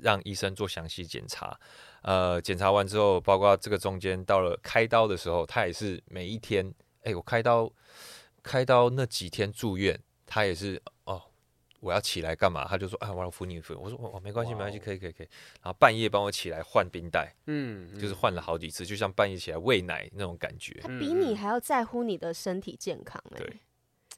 [SPEAKER 1] 让医生做详细检查。呃，检查完之后，包括这个中间到了开刀的时候，他也是每一天，哎，我开刀开刀那几天住院，他也是哦，我要起来干嘛？他就说啊，我要扶你扶你。我说哦，没关系，没关系，
[SPEAKER 2] 哇哦
[SPEAKER 1] 可以可以可以。然后半夜帮我起来换冰袋，
[SPEAKER 2] 嗯，
[SPEAKER 1] 就是换了好几次，就像半夜起来喂奶那种感觉
[SPEAKER 3] 他。比你还要在乎你的身体健康
[SPEAKER 1] 嗯
[SPEAKER 3] 哎、
[SPEAKER 1] 对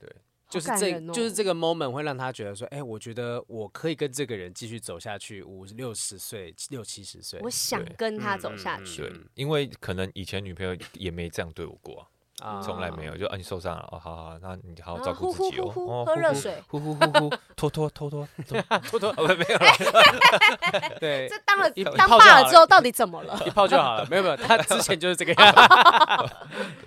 [SPEAKER 1] 对
[SPEAKER 3] 好
[SPEAKER 2] 就是
[SPEAKER 3] 感
[SPEAKER 2] 这
[SPEAKER 3] 人哦
[SPEAKER 2] 就是这个 moment 会让他觉得说，哎，我觉得我可以跟这个人继续走下去，五六十岁、六七十岁
[SPEAKER 3] 我想
[SPEAKER 1] 对
[SPEAKER 3] 跟他
[SPEAKER 2] 嗯
[SPEAKER 3] 走
[SPEAKER 2] 嗯
[SPEAKER 3] 下
[SPEAKER 2] 嗯
[SPEAKER 3] 去。
[SPEAKER 1] 对，因为可能以前女朋友也没这样对我过啊。
[SPEAKER 2] 啊
[SPEAKER 1] 从来
[SPEAKER 2] [laughs]
[SPEAKER 1] 没有，就啊你受伤了哦，好好，好那你好好
[SPEAKER 3] 啊
[SPEAKER 1] 照顾自己
[SPEAKER 3] 呼
[SPEAKER 1] 哦，
[SPEAKER 3] 呼呼呼
[SPEAKER 1] 哦
[SPEAKER 3] 喝热水，
[SPEAKER 1] 呼呼呼呼呼，拖拖拖拖
[SPEAKER 3] [laughs]
[SPEAKER 1] 拖拖拖，哦没有了，
[SPEAKER 2] 对
[SPEAKER 3] 这，当了
[SPEAKER 2] 一
[SPEAKER 3] 当
[SPEAKER 2] 泡就
[SPEAKER 3] 爸
[SPEAKER 2] 好
[SPEAKER 3] 了之后，到底怎
[SPEAKER 1] [laughs]
[SPEAKER 3] 么了？
[SPEAKER 2] [laughs] 一泡就好了，没有没
[SPEAKER 3] [laughs]
[SPEAKER 2] 有，他之前就是这个样。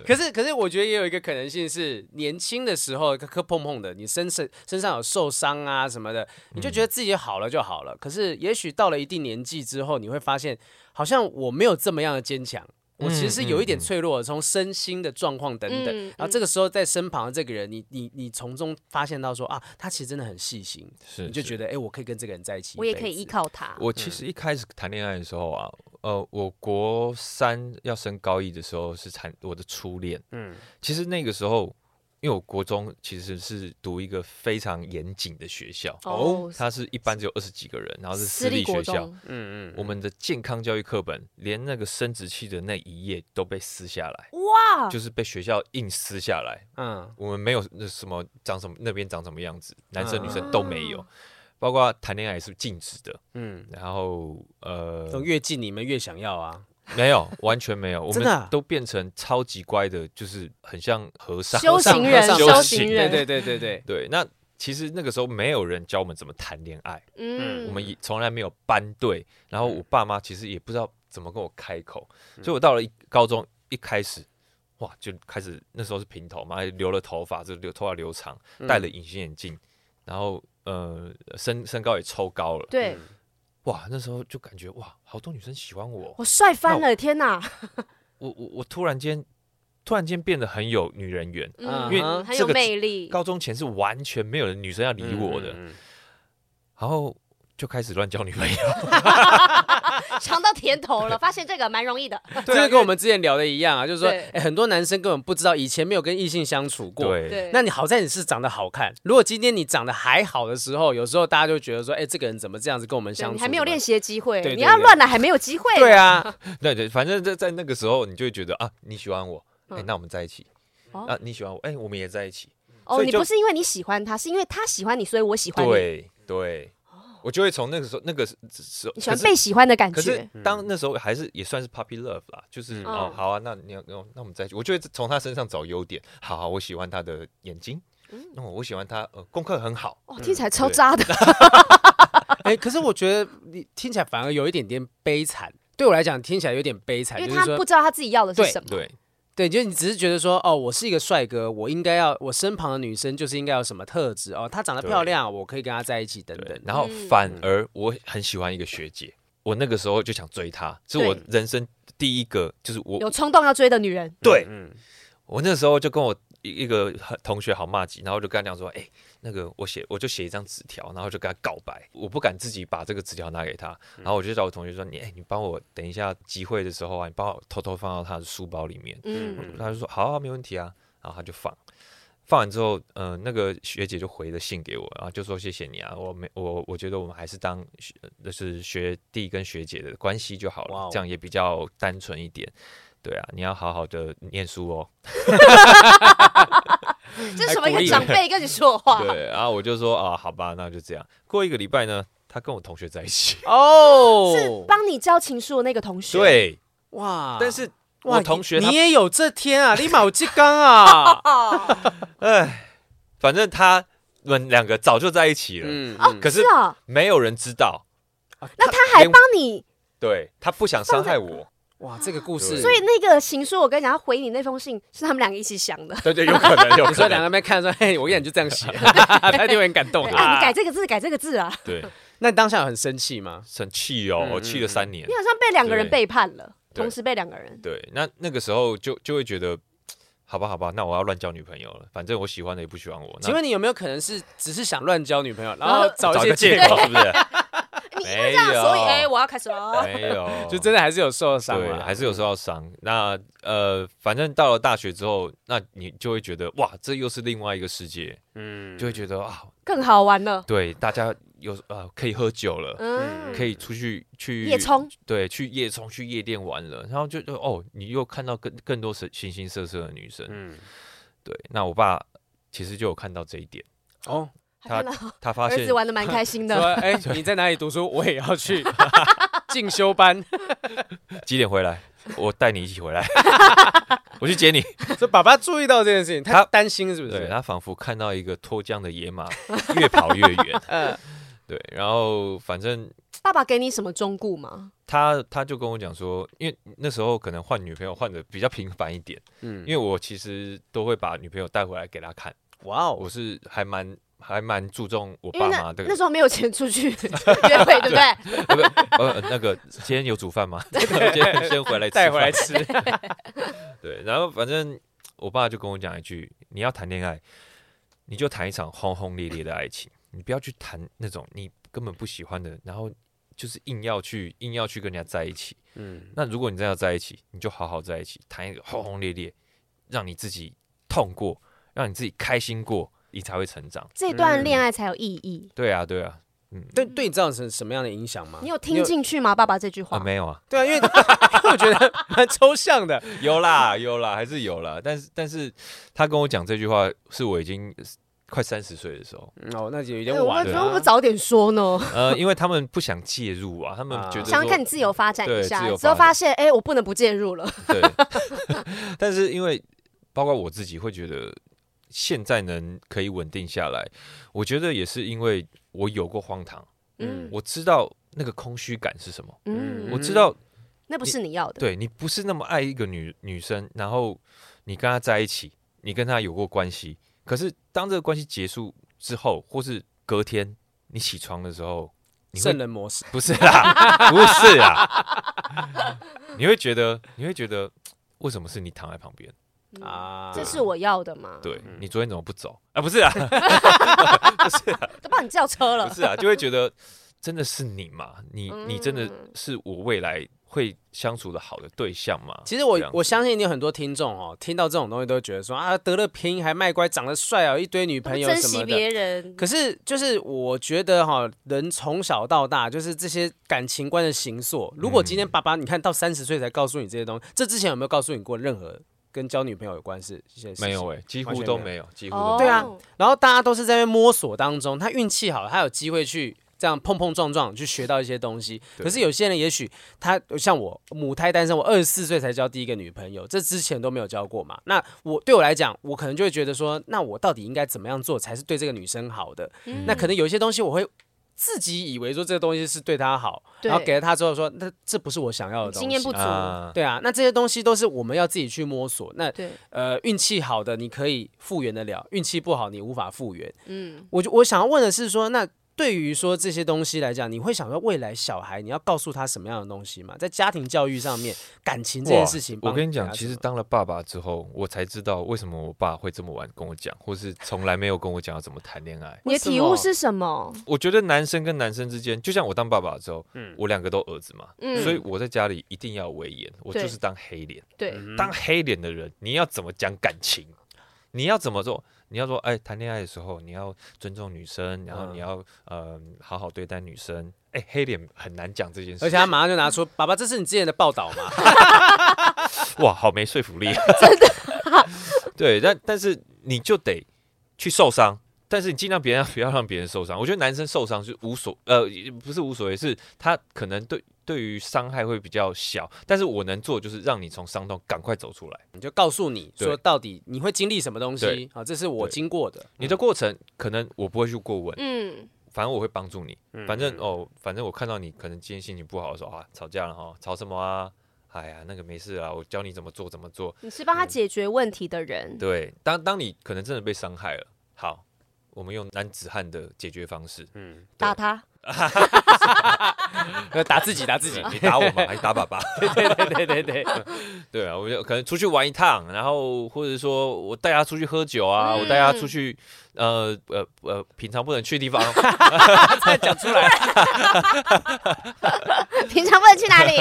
[SPEAKER 2] 可是可是，我觉得也有一个可能性是，年轻的时候磕磕碰碰的，你身身身上有受伤啊什么的，你就觉得自己好了就好了。可是也许到了一定年纪之后，你会发现，好像我没有这么样的坚强。我其实是有一
[SPEAKER 1] 嗯
[SPEAKER 2] 点
[SPEAKER 1] 嗯嗯
[SPEAKER 2] 脆弱的，从身心的状况等等，
[SPEAKER 3] 嗯
[SPEAKER 2] 然后这个时候在身旁的这个人，你你你从中发现到说啊，他其实真的很细心，
[SPEAKER 1] 是
[SPEAKER 2] 你就觉
[SPEAKER 1] 得
[SPEAKER 2] 得哎、我可以跟这个人在一起，
[SPEAKER 3] 我也可以依。靠他。
[SPEAKER 1] 我其实一开始谈恋爱的时候啊，呃，我国三要升高一的时候是谈我的初恋，
[SPEAKER 2] 嗯
[SPEAKER 1] 其实那个时候。因为我国中其实是读一个非常严谨的学校，
[SPEAKER 3] 哦
[SPEAKER 1] 它是一班只有二十几个人，然后是
[SPEAKER 3] 私
[SPEAKER 1] 私
[SPEAKER 3] 立
[SPEAKER 1] 立
[SPEAKER 3] 国
[SPEAKER 1] 学校
[SPEAKER 3] 中，，
[SPEAKER 2] 嗯嗯，
[SPEAKER 1] 我们的健康教育课本连那个生殖器的那一页都被撕下来，
[SPEAKER 3] 哇，
[SPEAKER 1] 就是被学校硬撕下来。
[SPEAKER 2] 嗯
[SPEAKER 1] 我们没有那什么长什么那边长什么样子，男生
[SPEAKER 2] 嗯
[SPEAKER 1] 女生都没
[SPEAKER 3] 哦
[SPEAKER 1] 有，包括谈恋爱也是禁止的。
[SPEAKER 2] 嗯，
[SPEAKER 1] 然后呃，
[SPEAKER 2] 都越近你们越想要啊。
[SPEAKER 1] [laughs] 没有，完全没有，我
[SPEAKER 2] [laughs] 真的
[SPEAKER 1] 们
[SPEAKER 2] 啊
[SPEAKER 1] 都变成超级乖的，就是很像和尚。
[SPEAKER 3] 修行人
[SPEAKER 2] 和尚
[SPEAKER 1] 修
[SPEAKER 3] 行
[SPEAKER 2] 对
[SPEAKER 3] 人
[SPEAKER 2] 对对对对，
[SPEAKER 1] 对，那其实那个时候没有人教我们怎么谈恋爱，
[SPEAKER 3] 嗯，
[SPEAKER 1] 我们也从来没有班队，然后
[SPEAKER 2] 嗯
[SPEAKER 1] 我爸妈其实也不知道怎么跟我开口，所以我到了一高中一开始，哇，就开始那时候是平头嘛，还留了头发，就留头发留长，
[SPEAKER 2] 嗯
[SPEAKER 1] 戴了隐形眼镜，然后呃身身高也抽高了，
[SPEAKER 3] 对，
[SPEAKER 1] 哇，那时候就感觉哇，好多女生喜欢我，
[SPEAKER 3] 我帅翻
[SPEAKER 1] 那
[SPEAKER 3] 了，天哪！
[SPEAKER 1] 我我我突然间突然间变得很有女人缘。
[SPEAKER 2] 嗯
[SPEAKER 3] 嗯，
[SPEAKER 2] 因为
[SPEAKER 3] 很
[SPEAKER 1] 这
[SPEAKER 3] 有
[SPEAKER 1] 个
[SPEAKER 3] 魅力。
[SPEAKER 1] 高中前是完全没有人女生要理我的，
[SPEAKER 2] 嗯嗯
[SPEAKER 1] 然后就开始乱交女朋友。
[SPEAKER 3] 尝到甜头了，发现这个蛮容易的。
[SPEAKER 2] 嗯这就跟我们之前聊的一样啊，就是说，
[SPEAKER 3] 啊对
[SPEAKER 2] 哎，很多男生根本不知道以前没有跟异性相处过。
[SPEAKER 1] 对，
[SPEAKER 3] 对，
[SPEAKER 2] 那你好在你是长得好看，如果今天你长得还好的时候，有时候大家就觉得说，哎，这个人怎么这样子跟我们
[SPEAKER 3] 对
[SPEAKER 2] 相处？
[SPEAKER 3] 你还没有练
[SPEAKER 2] 习。
[SPEAKER 3] 习的机会
[SPEAKER 2] 对，对
[SPEAKER 3] 你要
[SPEAKER 2] 对
[SPEAKER 3] 乱来还没有机会。
[SPEAKER 2] 对，啊，
[SPEAKER 1] 对对，反正在在那个时候，你就会觉得啊，你喜欢我，哎、那我们在一起。
[SPEAKER 3] 嗯哦
[SPEAKER 1] 啊，你喜欢我，哎、我们也在一起。所
[SPEAKER 3] 哦，
[SPEAKER 1] 以
[SPEAKER 3] 你
[SPEAKER 1] 就
[SPEAKER 3] 不是因为你喜欢他，是因为他喜欢你，所以我喜欢你。
[SPEAKER 1] 对对，我就会从那个时候，那个时时候，
[SPEAKER 3] 哦你喜欢
[SPEAKER 1] 可是
[SPEAKER 3] 被喜欢的感
[SPEAKER 1] 可是
[SPEAKER 3] 觉，
[SPEAKER 1] 当那时候还是也算是 puppy love 啦，就是、
[SPEAKER 2] 嗯
[SPEAKER 1] 哦
[SPEAKER 3] 嗯，
[SPEAKER 1] 好啊，那你要那那我们在一起，我就会从他身上找优点。好好，我喜欢他的眼睛，嗯，我喜欢他呃功课很好，
[SPEAKER 3] 哦，听起来超渣的。
[SPEAKER 2] 哎，可是我觉得你听起来反而有一点点悲惨。对我来讲，听起来有点悲惨，
[SPEAKER 3] 因为
[SPEAKER 2] 就
[SPEAKER 3] 他
[SPEAKER 2] 是说
[SPEAKER 3] 不，知道他自己要的是
[SPEAKER 2] 对
[SPEAKER 3] 什么。
[SPEAKER 1] 对
[SPEAKER 2] 对，就是你只是觉得说，哦，我是一个帅哥，我应该要，我身旁的女生就是应该有什么特质哦，她长得
[SPEAKER 1] 对
[SPEAKER 2] 漂亮，我可以跟她在一起等等
[SPEAKER 1] 对。。然后
[SPEAKER 3] 嗯
[SPEAKER 1] 反而我很喜欢一个学姐，我那个时候就想追她，是我
[SPEAKER 3] 对
[SPEAKER 1] 人生第一个，就是我
[SPEAKER 3] 有冲动要追的女人，
[SPEAKER 1] 对
[SPEAKER 2] 嗯，
[SPEAKER 1] 我那时候就跟我一一个同学好骂几，然后就跟他讲说，哎、那个我写我就写一张纸条，然后就跟他告白，我不敢自己把这个纸条拿给他，
[SPEAKER 2] 嗯
[SPEAKER 1] 然后我就找我同学说，你哎、你帮我等一下集会的时候啊，你帮我偷偷放到他的书包里面，
[SPEAKER 3] 嗯，
[SPEAKER 2] 嗯
[SPEAKER 1] 他就说好、啊，没问题啊，然后他就放。放完之后，嗯、那个学姐就回了信给我，然后就说谢谢你啊，我没我我觉得我们还是当学就是学弟跟学姐的关系就好了
[SPEAKER 2] 哇哦
[SPEAKER 1] 这样也比较单纯一点。对啊，你要好好的念书哦。
[SPEAKER 3] 这是什么
[SPEAKER 2] 还鼓
[SPEAKER 3] 一个
[SPEAKER 2] 励
[SPEAKER 3] 长辈跟你说话？
[SPEAKER 1] 对，然后我就说啊，好吧，那就这样。过一个礼拜呢，他跟我同学在一起。 [laughs]
[SPEAKER 2] 哦
[SPEAKER 3] 是，帮你交情书的那个同学。，
[SPEAKER 1] 对，
[SPEAKER 2] 哇，
[SPEAKER 1] 但是
[SPEAKER 2] 啊哇
[SPEAKER 1] 我同学
[SPEAKER 2] 你
[SPEAKER 1] 他，
[SPEAKER 2] 也有这天啊，你有这刚啊，
[SPEAKER 3] 哦，
[SPEAKER 1] 哎，反正他们两个早就在一起了，
[SPEAKER 2] [laughs] 嗯，嗯
[SPEAKER 1] 可
[SPEAKER 3] 是
[SPEAKER 1] 是
[SPEAKER 3] 啊，
[SPEAKER 1] 没有人知道。
[SPEAKER 3] 那他还
[SPEAKER 1] 连
[SPEAKER 3] 帮你，
[SPEAKER 1] 对他不想伤害我，
[SPEAKER 2] 哇，这个故事，
[SPEAKER 1] 对
[SPEAKER 3] 所以那个情书，我跟你讲，他回你那封信是他们两个一起想的。
[SPEAKER 1] 对对，有可
[SPEAKER 2] [laughs]
[SPEAKER 1] 能，有
[SPEAKER 2] 你说
[SPEAKER 1] 可能。
[SPEAKER 2] 两个在那边看说，嘿，我一眼就这样写， [laughs] 他就会很感动
[SPEAKER 3] 哎啊，你
[SPEAKER 2] 啊
[SPEAKER 3] 改。这个字，改这个字啊！
[SPEAKER 1] 对，
[SPEAKER 2] [laughs] 那你当下有很生气吗？
[SPEAKER 1] 生气
[SPEAKER 2] 嗯
[SPEAKER 1] 哦，我气了三年
[SPEAKER 3] 你。好像被两个人
[SPEAKER 1] 对
[SPEAKER 3] 背叛了，
[SPEAKER 1] 对
[SPEAKER 3] 同时被两个人。
[SPEAKER 1] 对，那那个时候就就会觉得，好吧，好吧，那我要乱交女朋友了，反正我喜欢的也不喜欢我。那
[SPEAKER 2] 请问你有没有可能是只是想乱交女朋友，然
[SPEAKER 3] 然后
[SPEAKER 2] 后啊找一
[SPEAKER 1] 找
[SPEAKER 2] 些
[SPEAKER 1] 个
[SPEAKER 2] 借
[SPEAKER 1] 借
[SPEAKER 2] 口，
[SPEAKER 1] 口是不
[SPEAKER 2] [laughs]
[SPEAKER 1] 是？
[SPEAKER 3] 你因
[SPEAKER 1] 没
[SPEAKER 3] 为这样，所以
[SPEAKER 1] 有
[SPEAKER 3] 哎，我要开始了。
[SPEAKER 1] 没有，
[SPEAKER 2] 就真的还是有受伤
[SPEAKER 1] 对，
[SPEAKER 2] 了，
[SPEAKER 1] 还是有受到伤。那呃，反正到了大学之后，那你就会觉得哇，这又是另外一个世界，
[SPEAKER 2] 嗯
[SPEAKER 1] 就会觉得啊，
[SPEAKER 3] 更好玩了。
[SPEAKER 1] 对，大家有呃可以喝酒了，
[SPEAKER 3] 嗯，
[SPEAKER 1] 可以出去去
[SPEAKER 3] 夜，冲，
[SPEAKER 1] 对，去夜冲去夜店玩了，然后就就哦，你又看到更更多形形形色色的女生。
[SPEAKER 2] 嗯
[SPEAKER 1] 对，那我爸其实就有看到这一点，
[SPEAKER 2] 哦，
[SPEAKER 3] 他看
[SPEAKER 1] 他
[SPEAKER 3] 到
[SPEAKER 1] 发
[SPEAKER 3] 儿
[SPEAKER 1] 现
[SPEAKER 3] 子玩的蛮开心
[SPEAKER 2] 说
[SPEAKER 3] [laughs] 的。
[SPEAKER 2] 哎，你在哪里读书，我也要 [laughs] 去进修班。
[SPEAKER 1] 几点回
[SPEAKER 3] [laughs]
[SPEAKER 1] 来，我带你一起回来，我去
[SPEAKER 2] [laughs]
[SPEAKER 1] 接你。
[SPEAKER 2] 所以爸爸注意到这件事情，他
[SPEAKER 1] 他
[SPEAKER 2] 担心是不
[SPEAKER 1] 对
[SPEAKER 2] 是？
[SPEAKER 1] 他仿佛看到一个脱缰的
[SPEAKER 3] [laughs]
[SPEAKER 1] 野马，越跑越远。
[SPEAKER 2] 嗯
[SPEAKER 1] 对，然后反正
[SPEAKER 3] 爸爸给你什么忠告吗？
[SPEAKER 1] 他他就跟我讲说，因为那时候可能换女朋友换的比较频繁一点，
[SPEAKER 2] 嗯
[SPEAKER 1] 因为我其实都会把女朋友带回来给他看，
[SPEAKER 2] 哇哦，
[SPEAKER 1] 我是还蛮还蛮注重我
[SPEAKER 3] 因为
[SPEAKER 1] 爸
[SPEAKER 3] 那
[SPEAKER 1] 妈的
[SPEAKER 3] 那，时候没有钱
[SPEAKER 1] [laughs]
[SPEAKER 3] 出去约会，对不对？
[SPEAKER 1] 呃不呃那个今天有煮饭吗？ [laughs] 今天先回来吃
[SPEAKER 2] 带回来
[SPEAKER 1] 饭
[SPEAKER 2] 吃，
[SPEAKER 1] 对，然后反正我爸就跟我讲一句：你要谈恋爱，你就谈一场轰轰烈烈的爱情，你不要去谈那种你根本不喜欢的，然后就是硬要去硬要去跟人家在一起。
[SPEAKER 2] 嗯，
[SPEAKER 1] 那如果你真的要在一起，你就好好在一起，谈一个轰轰烈烈，让你自己痛过，让你自己开心过，你才会成长。
[SPEAKER 3] [laughs] 这段恋爱才有意义。
[SPEAKER 1] 对啊，对啊，
[SPEAKER 2] 对对你造成什么样的影响吗？
[SPEAKER 3] 嗯你有听进去吗？爸爸这句
[SPEAKER 1] 啊
[SPEAKER 3] 话，
[SPEAKER 1] 没有啊， [laughs]
[SPEAKER 2] 对啊，因为 [laughs] 因为我觉得蛮抽象的。
[SPEAKER 1] 有啦有啦，还是有啦。但是但是他跟我讲这句话，是我已经快三十岁的时候，
[SPEAKER 2] 嗯哦，那就有
[SPEAKER 3] 哎
[SPEAKER 2] 点
[SPEAKER 3] 我
[SPEAKER 2] 晚了
[SPEAKER 3] 们怎
[SPEAKER 2] 啊。
[SPEAKER 3] 么不早点说呢？
[SPEAKER 1] 呃，因为他们不想介入啊，他们
[SPEAKER 2] 啊
[SPEAKER 1] 觉得
[SPEAKER 3] 想要
[SPEAKER 1] 说
[SPEAKER 3] 看你自由发展一
[SPEAKER 1] 对
[SPEAKER 3] 下
[SPEAKER 1] 自由，
[SPEAKER 3] 之后
[SPEAKER 1] 发展
[SPEAKER 3] 发现，哎，我不能不介入了。
[SPEAKER 1] 对， [laughs] 但是因为包括我自己会觉得，现在能可以稳定下来，我觉得也是因为我有过荒唐，
[SPEAKER 3] 嗯
[SPEAKER 1] 我知道那个空虚感是什么，
[SPEAKER 3] 嗯，
[SPEAKER 1] 我知道
[SPEAKER 3] 那不是你要的。
[SPEAKER 1] 对你不是那么爱一个女女生，然后你跟她在一起，你跟她有过关系，可是当这个关系结束之后，或是隔天你起床的时候，你会
[SPEAKER 2] 圣人模式，
[SPEAKER 1] [laughs] 不是啦，不是啦，你会觉得，你会觉得，为什么是你躺在旁边？
[SPEAKER 2] 啊，
[SPEAKER 3] 嗯这是我要的嘛？
[SPEAKER 1] 对
[SPEAKER 2] 嗯
[SPEAKER 1] 你昨天怎么不走啊？不是啊，
[SPEAKER 3] 都帮你叫车了
[SPEAKER 1] 不。是啊，就会觉
[SPEAKER 2] [laughs]
[SPEAKER 1] 得真的是你嘛？你你真的
[SPEAKER 3] 嗯
[SPEAKER 1] 是我未来会相处的好的对象嘛？
[SPEAKER 2] 其实我
[SPEAKER 1] 这样
[SPEAKER 2] 我相信你有很多听众哦，听到这种东西都会觉得说啊，得了便宜还卖乖，长得帅哦，一堆女朋友
[SPEAKER 3] 珍
[SPEAKER 2] 什
[SPEAKER 3] 惜
[SPEAKER 2] 么的。
[SPEAKER 3] 别人，
[SPEAKER 2] 可是，就是我觉得哈、人从小到大，就是这些感情观的形塑。如果今
[SPEAKER 1] 嗯
[SPEAKER 2] 天爸爸你看到三十岁才告诉你这些东西，这之前有没有告诉你过任何跟交女朋友有关是一些事情？
[SPEAKER 1] 没有哎、几
[SPEAKER 2] 完
[SPEAKER 1] 乎
[SPEAKER 2] 全
[SPEAKER 1] 都
[SPEAKER 2] 没有
[SPEAKER 1] 没有，几乎都没
[SPEAKER 3] 哦
[SPEAKER 1] 有，
[SPEAKER 2] 对啊然后大家都是在那边摸索当中，他运气好，他有机会去这样碰碰撞撞去学到一些东西。
[SPEAKER 1] 对
[SPEAKER 2] 可是有些人也许他像我母胎单身，我二十四岁才交第一个女朋友，这之前都没有交过嘛。那我对我来讲，我可能就会觉得说，那我到底应该怎么样做才是对这个女生好的？
[SPEAKER 3] 嗯
[SPEAKER 2] 那可能有一些东西我会。自己以为说这个东西是对她好，
[SPEAKER 3] 对
[SPEAKER 2] 然后给了她之后说，那这不是我想要的东西。
[SPEAKER 3] 经验不足。
[SPEAKER 1] 啊，
[SPEAKER 2] 对啊，那这些东西都是我们要自己去摸索。那
[SPEAKER 3] 对，
[SPEAKER 2] 呃，运气好的你可以复原得了，运气不好你无法复原。
[SPEAKER 3] 嗯，
[SPEAKER 2] 我就我想要问的是说，那对于说这些东西来讲，你会想到未来小孩你要告诉他什么样的东西吗？在家庭教育上面，感情这件事情帮
[SPEAKER 1] 我
[SPEAKER 2] 他什么，
[SPEAKER 1] 跟你讲，其实当了爸爸之后，我才知道为什么我爸会这么晚跟我讲，或是从来没有跟我讲要怎么谈恋爱。
[SPEAKER 3] 你的体悟是什么？
[SPEAKER 1] 我觉得男生跟男生之间，就像我当爸爸之后，
[SPEAKER 2] 嗯
[SPEAKER 1] 我两个都儿子嘛，
[SPEAKER 3] 嗯
[SPEAKER 1] 所以我在家里一定要威严，我
[SPEAKER 3] 对
[SPEAKER 1] 就是当黑脸。
[SPEAKER 3] 对，
[SPEAKER 2] 嗯
[SPEAKER 1] 当黑脸的人，你要怎么讲感情？你要怎么做？你要说，哎，谈恋爱的时候你要尊重女生，然后
[SPEAKER 2] 嗯
[SPEAKER 1] 你要呃好好对待女生。哎，黑脸很难讲这件事，
[SPEAKER 2] 而且他马上就拿出，爸爸，这是你之前的报道吗？
[SPEAKER 1] 哇，好没说服力，真的。 [laughs] 对，但但是你就得去受伤，但是你尽量别让不要让别人受伤。我觉得男生受伤是无所呃，也不是无所谓，是他可能对对于伤害会比较小，但是我能做就是让你从伤痛赶快走出来。
[SPEAKER 2] 你就告诉你
[SPEAKER 1] 对
[SPEAKER 2] 说到底你会经历什么东西
[SPEAKER 1] 对
[SPEAKER 2] 啊？这是我
[SPEAKER 1] 对
[SPEAKER 2] 经过的，
[SPEAKER 1] 你的过程可能我不会去过问，
[SPEAKER 3] 嗯，
[SPEAKER 1] 反正我会帮助你。
[SPEAKER 2] 嗯
[SPEAKER 1] 反正哦，反正我看到你可能今天心情不好的时候啊，吵架了哈，吵什么啊？哎呀，那个没事啊，我教你怎么做怎么做。
[SPEAKER 3] 你是帮他解决问题的人。
[SPEAKER 1] 对，当当你可能真的被伤害了，好，我们用男子汉的解决方式，
[SPEAKER 2] 嗯，
[SPEAKER 3] 打他，
[SPEAKER 2] 呃打自己打自己，
[SPEAKER 1] 你打我嘛，还是打爸爸？
[SPEAKER 2] [laughs] 对对对对对，
[SPEAKER 1] [laughs] 对啊，我就可能出去玩一趟，然后或者说我带他出去喝酒啊，我带他出去，呃呃呃，平常不能去的地
[SPEAKER 2] [laughs]
[SPEAKER 1] 方，
[SPEAKER 2] 再讲出来，
[SPEAKER 3] [laughs] 平常不能去
[SPEAKER 1] [laughs]
[SPEAKER 3] 哪里？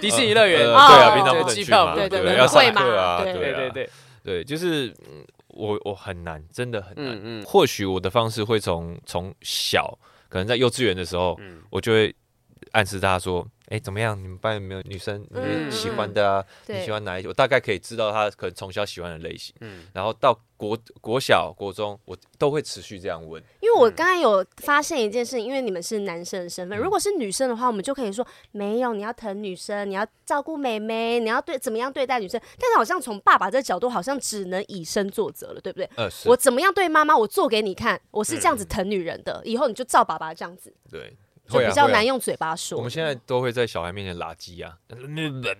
[SPEAKER 2] 迪士尼乐园，
[SPEAKER 1] 呃
[SPEAKER 3] 哦
[SPEAKER 1] 对啊，平常不
[SPEAKER 2] 对
[SPEAKER 1] 能
[SPEAKER 2] 机
[SPEAKER 1] 去
[SPEAKER 2] 票
[SPEAKER 1] 嘛，
[SPEAKER 2] 对
[SPEAKER 1] 对
[SPEAKER 2] 对
[SPEAKER 1] 不
[SPEAKER 2] 对
[SPEAKER 1] 要上
[SPEAKER 3] 会嘛
[SPEAKER 1] 课啊，
[SPEAKER 3] 对
[SPEAKER 2] 对
[SPEAKER 1] 啊
[SPEAKER 2] 对对，
[SPEAKER 1] 对，就是嗯我我很难，真的很难。
[SPEAKER 2] 嗯嗯
[SPEAKER 1] 或许我的方式会从从小，可能在幼稚园的时候，
[SPEAKER 2] 嗯
[SPEAKER 1] 我就会暗示大家说，哎、怎么样？你们班有没有女生你
[SPEAKER 3] 嗯
[SPEAKER 1] 喜欢的啊？你
[SPEAKER 3] 对
[SPEAKER 1] 喜欢哪一？我大概可以知道他可能从小喜欢的类型。
[SPEAKER 2] 嗯
[SPEAKER 1] 然后到国国小、国中，我都会持续这样问。
[SPEAKER 3] 因为我刚才有发现一件事情，因为你们是男生的
[SPEAKER 1] 嗯
[SPEAKER 3] 身份，如果是女生的话，我们就可以说没有，你要疼女生，你要照顾妹妹，你要对怎么样对待女生。但是好像从爸爸这角度，好像只能以身作则了，对不对？
[SPEAKER 1] 呃，是
[SPEAKER 3] 我怎么样对妈妈，我做给你看，我是这样子疼女人的，以后你就照爸爸这样子，
[SPEAKER 1] 对，
[SPEAKER 3] 就
[SPEAKER 1] 会啊
[SPEAKER 3] 比较
[SPEAKER 1] 会啊
[SPEAKER 3] 难用嘴巴说。
[SPEAKER 1] 我们现在都会在小孩面前拉鸡啊，那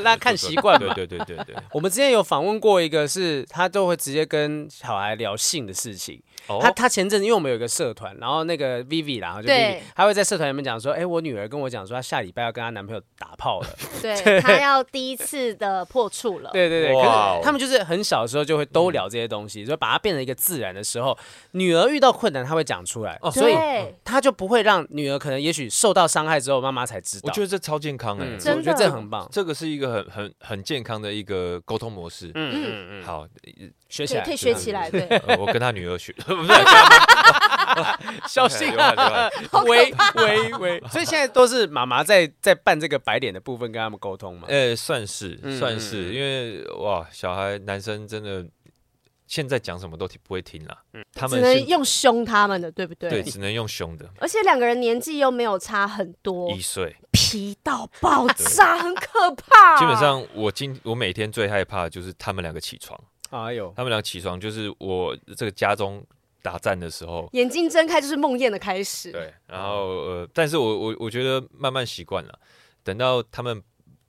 [SPEAKER 2] 那看习惯嘛
[SPEAKER 1] 对对对对
[SPEAKER 3] [laughs]
[SPEAKER 1] 对。
[SPEAKER 2] 我们之前有访问过一个是，他都会直接跟小孩聊性的事情。
[SPEAKER 1] 哦
[SPEAKER 2] 他他前阵子因为我们有一个社团，然后那个 Vivi 啦，就
[SPEAKER 3] 对
[SPEAKER 2] Vivi，他会在社团里面讲说，哎、我女儿跟我讲说，她下礼拜要跟她男朋友打炮
[SPEAKER 1] [laughs]
[SPEAKER 2] 了。
[SPEAKER 3] 对他要第一次的破处了。
[SPEAKER 2] 对对对，可
[SPEAKER 1] 哇哦
[SPEAKER 2] 是他们就是很小的时候就会都聊这些东西，所以把它变成一个自然的时候，女儿遇到困难她会讲出
[SPEAKER 1] 哦
[SPEAKER 2] 来，所以
[SPEAKER 3] 对
[SPEAKER 2] 她就不会让女儿可能也许受到伤害之后，妈妈才知道。
[SPEAKER 1] 我觉得这超健康哎、
[SPEAKER 2] 嗯，
[SPEAKER 3] 真的
[SPEAKER 2] 我觉得这很棒。
[SPEAKER 1] 这个是一个很很很健康的一个沟通模式。
[SPEAKER 2] 嗯嗯嗯，
[SPEAKER 1] 好，
[SPEAKER 2] 学起
[SPEAKER 3] 可以
[SPEAKER 2] 来，
[SPEAKER 3] 可以学起来，对，
[SPEAKER 2] [laughs]
[SPEAKER 1] 呃我跟他女儿学， [laughs] 不是
[SPEAKER 2] 小心
[SPEAKER 1] 流
[SPEAKER 2] 啊
[SPEAKER 1] 汗流！汗
[SPEAKER 2] 喂喂喂！ [laughs] 所以现在都是妈妈在在办这个白脸的部分，跟他们沟通嘛。
[SPEAKER 1] [laughs] 呃，算是
[SPEAKER 2] 嗯
[SPEAKER 1] 算
[SPEAKER 2] 嗯
[SPEAKER 1] 是，因为哇，小孩男生真的现在讲什么都听不会听啦，
[SPEAKER 2] 嗯
[SPEAKER 1] 他
[SPEAKER 3] 只
[SPEAKER 1] 们
[SPEAKER 3] 能
[SPEAKER 1] 是
[SPEAKER 3] 用凶他们的，对不对？
[SPEAKER 1] 对，只能用凶的，
[SPEAKER 3] 而且两个人年纪又没有差很多
[SPEAKER 1] 一，岁。
[SPEAKER 3] 皮到
[SPEAKER 1] [laughs]
[SPEAKER 3] 爆炸，很可怕。
[SPEAKER 1] 基本，上我今我每天最害怕的就是他们两个起床，
[SPEAKER 2] 哎呦，
[SPEAKER 1] 他们俩起床就是我这个家中打战的时
[SPEAKER 3] [laughs]
[SPEAKER 1] 候。
[SPEAKER 3] 眼睛睁开就是梦魇的开始。
[SPEAKER 1] 对，然后呃，但是我我我觉得慢慢习惯了，等到他们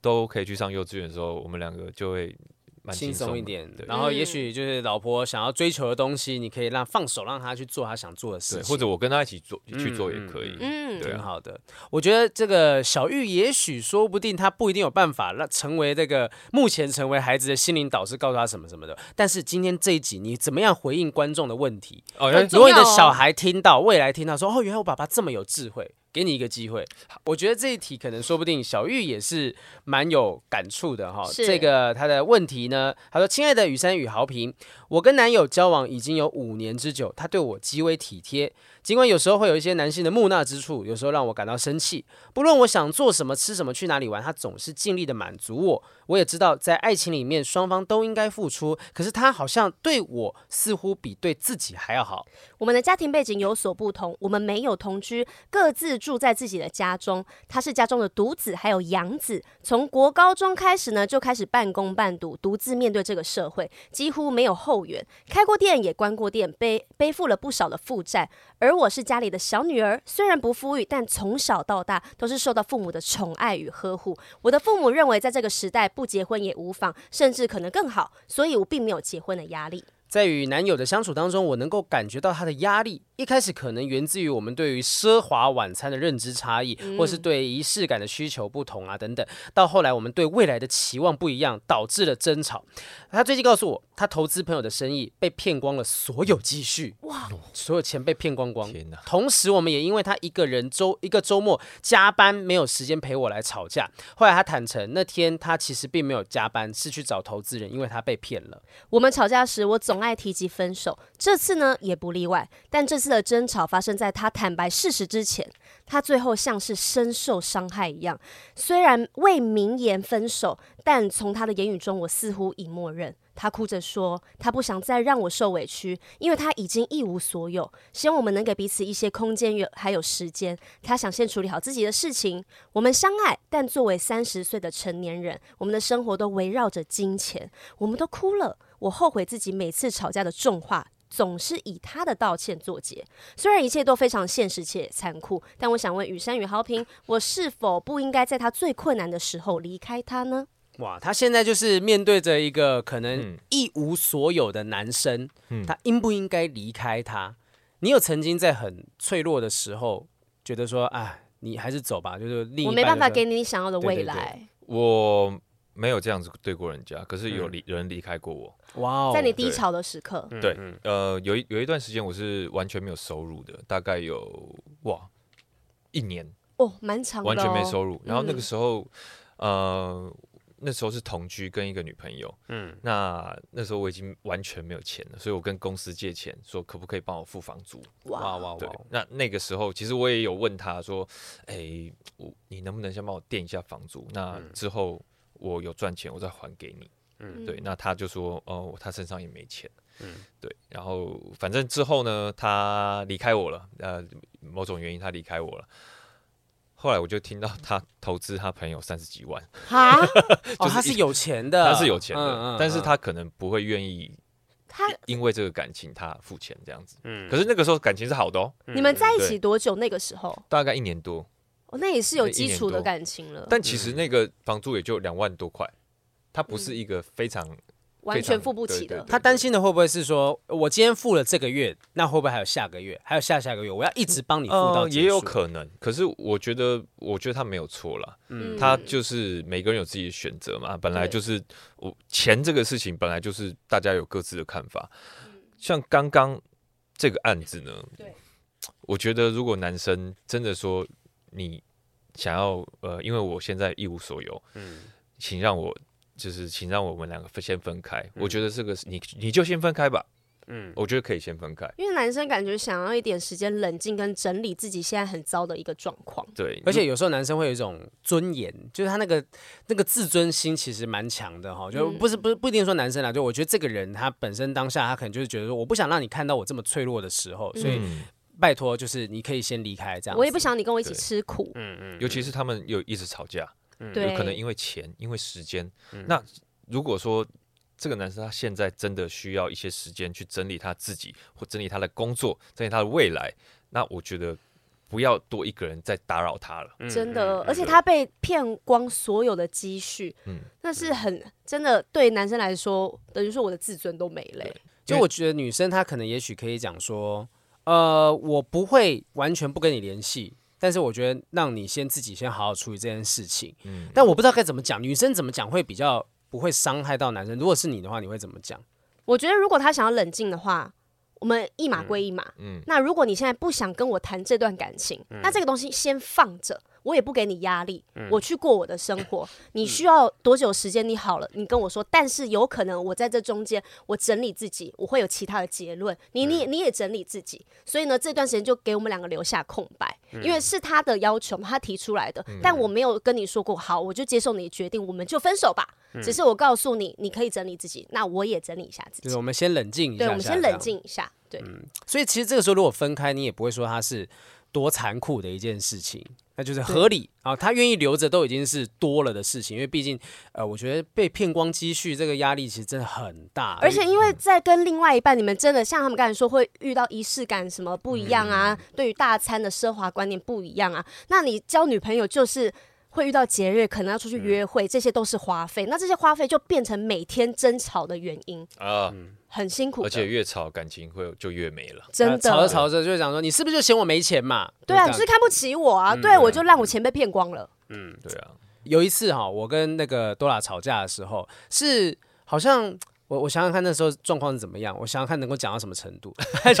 [SPEAKER 1] 都可以去上幼稚园的时候，我们两个就会蛮
[SPEAKER 2] 轻
[SPEAKER 1] 松
[SPEAKER 2] 松一
[SPEAKER 1] 的
[SPEAKER 2] 点
[SPEAKER 1] 对，
[SPEAKER 2] 然后也许就是老婆想要追求的东西，你可以让放手让她去做她想做的事
[SPEAKER 1] 对，
[SPEAKER 2] 情，
[SPEAKER 1] 或者我跟他一起做去做也
[SPEAKER 2] 嗯
[SPEAKER 1] 可以。
[SPEAKER 3] 嗯，
[SPEAKER 1] 对
[SPEAKER 2] 挺
[SPEAKER 1] 啊
[SPEAKER 2] 好的。我觉得这个小玉，也许说不定她不一定有办法让成为这个目前成为孩子的心灵导师，告诉她什么什么的。但是今天这一集，你怎么样回应观众的问题？
[SPEAKER 1] 哦，
[SPEAKER 3] 很
[SPEAKER 1] 哎
[SPEAKER 3] 重
[SPEAKER 2] 如果你的
[SPEAKER 3] 要哦
[SPEAKER 2] 小孩听到，未来听到说哦，原来我爸爸这么有智慧，给你一个机会。我觉得这一题可能说不定小玉也是蛮有感触的哈。
[SPEAKER 3] 是
[SPEAKER 2] 这个他的问题呢，他说：“亲爱的雨山与豪平，我跟男友交往已经有五年之久，他对我极为体贴，尽管有时候会有一些男性的木讷之处，有时候让我感到生气。不论我想做什么、吃什么、去哪里玩，他总是尽力的满足我。我也知道，在爱情里面，双方都应该付出，可是他好像对我似乎比对自己还要好。”
[SPEAKER 3] 我们的家庭背景有所不同，我们没有同居，各自住在自己的家中。他是家中的独子，还有养子。从国高中开始呢，就开始半工半读，独自面对这个社会，几乎没有后援。开过店，也关过店，背背负了不少的负债。而我是家里的小女儿，虽然不富裕，但从小到大都是受到父母的宠爱与呵护。我的父母认为，在这个时代不结婚也无妨，甚至可能更好，所以我并没有结婚的压力。
[SPEAKER 2] 在与男友的相处当中，我能够感觉到他的压力。一开始可能源自于我们对于奢华晚餐的认知差异，或是对仪式感的需求不同啊等等。到后来，我们对未来的期望不一样，导致了争吵。他最近告诉我，他投资朋友的生意被骗光了所有积蓄，哇，所有钱被骗光光。
[SPEAKER 1] 天哪！
[SPEAKER 2] 同时，我们也因为他一个人周一个周末加班没有时间陪我来吵架。后来他坦诚，那天他其实并没有加班，是去找投资人，因为他被骗了。
[SPEAKER 3] 我们吵架时，我总爱提及分手，这次呢也不例外。但这次的争吵发生在他坦白事实之前，他最后像是深受伤害一样。虽然未明言分手，但从他的言语中，我似乎已默认。他哭着说，他不想再让我受委屈，因为他已经一无所有。希望我们能给彼此一些空间，有还有时间。他想先处理好自己的事情。我们相爱，但作为三十岁的成年人，我们的生活都围绕着金钱。我们都哭了。我后悔自己每次吵架的重话总是以他的道歉作结。虽然一切都非常现实且残酷，但我想问雨山与豪平，我是否不应该在他最困难的时候离开他呢？
[SPEAKER 2] 哇，他现在就是面对着一个可能
[SPEAKER 1] 嗯
[SPEAKER 2] 一无所有的男生，
[SPEAKER 1] 嗯
[SPEAKER 2] 他应不应该离开他？你有曾经在很脆弱的时候觉得说，哎，你还是走吧，就是另一
[SPEAKER 3] 我没办法
[SPEAKER 2] 半就
[SPEAKER 3] 给
[SPEAKER 2] 说
[SPEAKER 3] 你你想要的
[SPEAKER 2] 对对
[SPEAKER 3] 未
[SPEAKER 2] 对
[SPEAKER 3] 来。
[SPEAKER 1] 我没有这样子对过人家，可是
[SPEAKER 2] 嗯
[SPEAKER 1] 有离人离开过我。
[SPEAKER 2] 哇哦，
[SPEAKER 3] 在你低
[SPEAKER 1] 对
[SPEAKER 3] 潮的时刻，
[SPEAKER 2] 嗯
[SPEAKER 1] 对
[SPEAKER 2] 嗯
[SPEAKER 1] 呃，有一有一段时间我是完全没有收入的，大概有哇一年
[SPEAKER 3] 哦，蛮长的、哦，
[SPEAKER 1] 完全没收入。然后那
[SPEAKER 3] 嗯
[SPEAKER 1] 个时候，呃，那时候是同居跟一个女朋友，嗯，那那时候我已经完全没有钱了，所以我跟公司借钱，说可不可以帮我付房租？
[SPEAKER 3] 哇
[SPEAKER 2] 哇哇哇哦
[SPEAKER 1] 对
[SPEAKER 2] 哇，，
[SPEAKER 1] 那那个时候其实我也有问他说，哎、我你能不能先帮我垫一下房租？那
[SPEAKER 2] 嗯
[SPEAKER 1] 之后我有赚钱，我再还给你。
[SPEAKER 3] 嗯
[SPEAKER 1] 对，那他就说，哦，他身上也没钱。嗯，对，然后反正之后呢，他离开我了，呃，某种原因他离开我了。后来我就听到他投资他朋友三十几万， [laughs]
[SPEAKER 3] 哈，
[SPEAKER 2] 哦，
[SPEAKER 1] 就是
[SPEAKER 2] 他是
[SPEAKER 1] 一
[SPEAKER 2] 有钱的，
[SPEAKER 1] 他是有钱的，
[SPEAKER 2] 嗯
[SPEAKER 1] 但是他可能不会愿意
[SPEAKER 3] 他，
[SPEAKER 1] 因为这个感情他付钱这样子。
[SPEAKER 2] 嗯
[SPEAKER 1] 可是那个时候感情是好的哦，
[SPEAKER 3] 你们在一起
[SPEAKER 1] 对
[SPEAKER 3] 多久？那个时候，
[SPEAKER 1] 大概一年多，
[SPEAKER 3] 哦，那也是有
[SPEAKER 1] 对一
[SPEAKER 3] 基
[SPEAKER 1] 年
[SPEAKER 3] 础的
[SPEAKER 1] 多
[SPEAKER 3] 感情了，
[SPEAKER 1] 但其
[SPEAKER 2] 嗯
[SPEAKER 1] 实那个房租也就两万多块，它不是一个非常
[SPEAKER 3] 完
[SPEAKER 1] 非
[SPEAKER 3] 全
[SPEAKER 1] 常
[SPEAKER 3] 付不
[SPEAKER 1] 对
[SPEAKER 3] 起
[SPEAKER 1] 对
[SPEAKER 3] 的。
[SPEAKER 1] 对
[SPEAKER 2] 他担心的会不会是说，我今天付了这个月，那会不会还有下个月，还有下下个月？我要一直帮你付到、
[SPEAKER 1] 呃也有，可能。可是我觉得，我觉得他没有错啦，
[SPEAKER 3] 嗯
[SPEAKER 1] 他就是每个人有自己的选择嘛，本来就
[SPEAKER 3] 对
[SPEAKER 1] 是我钱这个事情本来就是大家有各自的看法。像刚刚这个案子呢
[SPEAKER 3] 嗯对，
[SPEAKER 1] 我觉得如果男生真的说你想要呃，因为我现在一无所有，
[SPEAKER 2] 嗯
[SPEAKER 1] 请让我就是请让我们两个先分开。我觉得这个是你你就先分开吧，
[SPEAKER 2] 嗯，
[SPEAKER 1] 我觉得可以先分开。
[SPEAKER 3] 因为男生感觉想要一点时间冷静跟整理自己现在很糟的一个状况。
[SPEAKER 1] 对，
[SPEAKER 2] 而且有时候男生会有一种尊严，就是他那个那个自尊心其实蛮强的哈，就
[SPEAKER 3] 嗯
[SPEAKER 2] 不是不是不一定说男生啦，就我觉得这个人他本身当下他可能就是觉得说我不想让你看到我这么脆弱的时候，所以
[SPEAKER 1] 嗯
[SPEAKER 2] 拜托就是你可以先离开这样子。嗯
[SPEAKER 3] 我也不想你跟我一起
[SPEAKER 1] 对
[SPEAKER 3] 吃苦，
[SPEAKER 1] 尤其是他们有一直吵架，
[SPEAKER 3] 对，
[SPEAKER 1] 有可能因为钱，因为时间。
[SPEAKER 2] 嗯
[SPEAKER 1] 那如果说这个男生他现在真的需要一些时间去整理他自己，或整理他的工作，整理他的未来，那我觉得不要多一个人在打扰他了。
[SPEAKER 2] 嗯
[SPEAKER 3] 真
[SPEAKER 2] 嗯
[SPEAKER 3] 的，
[SPEAKER 2] 嗯
[SPEAKER 3] 而且他被骗光所有的积蓄，
[SPEAKER 1] 嗯，
[SPEAKER 3] 那是很真的对男生来说，等于说我的自尊都没了欸、
[SPEAKER 2] 就我觉得女生她可能也许可以讲说，呃，我不会完全不跟你联系，但是我觉得让你先自己先好好处理这件事情。
[SPEAKER 1] 嗯
[SPEAKER 2] 但我不知道该怎么讲，女生怎么讲会比较不会伤害到男生。如果是你的话，你会怎么讲？
[SPEAKER 3] 我觉得如果他想要冷静的话，我们一码归一码。
[SPEAKER 1] 嗯
[SPEAKER 3] 那如果你现在不想跟我谈这段感情，那这个东西先放着，我也不给你压力，我去过我的生活。你需要多久时间？你好了，你跟我说。但是有可能我在这中间，我整理自己，我会有其他的结论。你你你也整理自己，所以呢，这段时间就给我们两个留下空白，因为是他的要求嘛，他提出来的，但我没有跟你说过，好，我就接受你的决定，我们就分手吧。只是我告诉你，你可以整理自己，那我也整理一下自
[SPEAKER 2] 就是
[SPEAKER 3] 己。
[SPEAKER 2] 我们先冷静一下
[SPEAKER 3] 对，
[SPEAKER 2] 下，
[SPEAKER 3] 我们先
[SPEAKER 2] 这样
[SPEAKER 3] 冷。静一下。对，
[SPEAKER 2] 所以其实这个时候如果分开，你也不会说它是多残酷的一件事情，那就是合理啊。他愿意留着都已经是多了的事情，因为毕竟呃，我觉得被骗光积蓄这个压力其实真的很大，
[SPEAKER 3] 而且因为在跟另外一半，你们真的像他们刚才说，会遇到仪式感什么不一样啊，
[SPEAKER 2] 嗯
[SPEAKER 3] 对于大餐的奢华观念不一样啊。那你交女朋友就是。会遇到节日，可能要出去约
[SPEAKER 2] 嗯
[SPEAKER 3] 会，这些都是花费。那这些花费就变成每天争吵的原因，
[SPEAKER 1] 啊，
[SPEAKER 3] 很辛苦的。
[SPEAKER 1] 而且越吵感情会就越没了。
[SPEAKER 3] 真
[SPEAKER 2] 呃
[SPEAKER 3] 的，
[SPEAKER 2] 吵着吵着就会讲说，你是不是就嫌我没钱嘛？
[SPEAKER 3] 对啊，
[SPEAKER 2] 就这样嗯
[SPEAKER 3] 你是不是看不起我啊？对，我就让我钱被骗光了。
[SPEAKER 1] 对啊，
[SPEAKER 2] 有一次哈，我跟那个多拉吵架的时候，是好像我我想想看那时候状况是怎么样，我想想看能够讲到什么程度。 [laughs]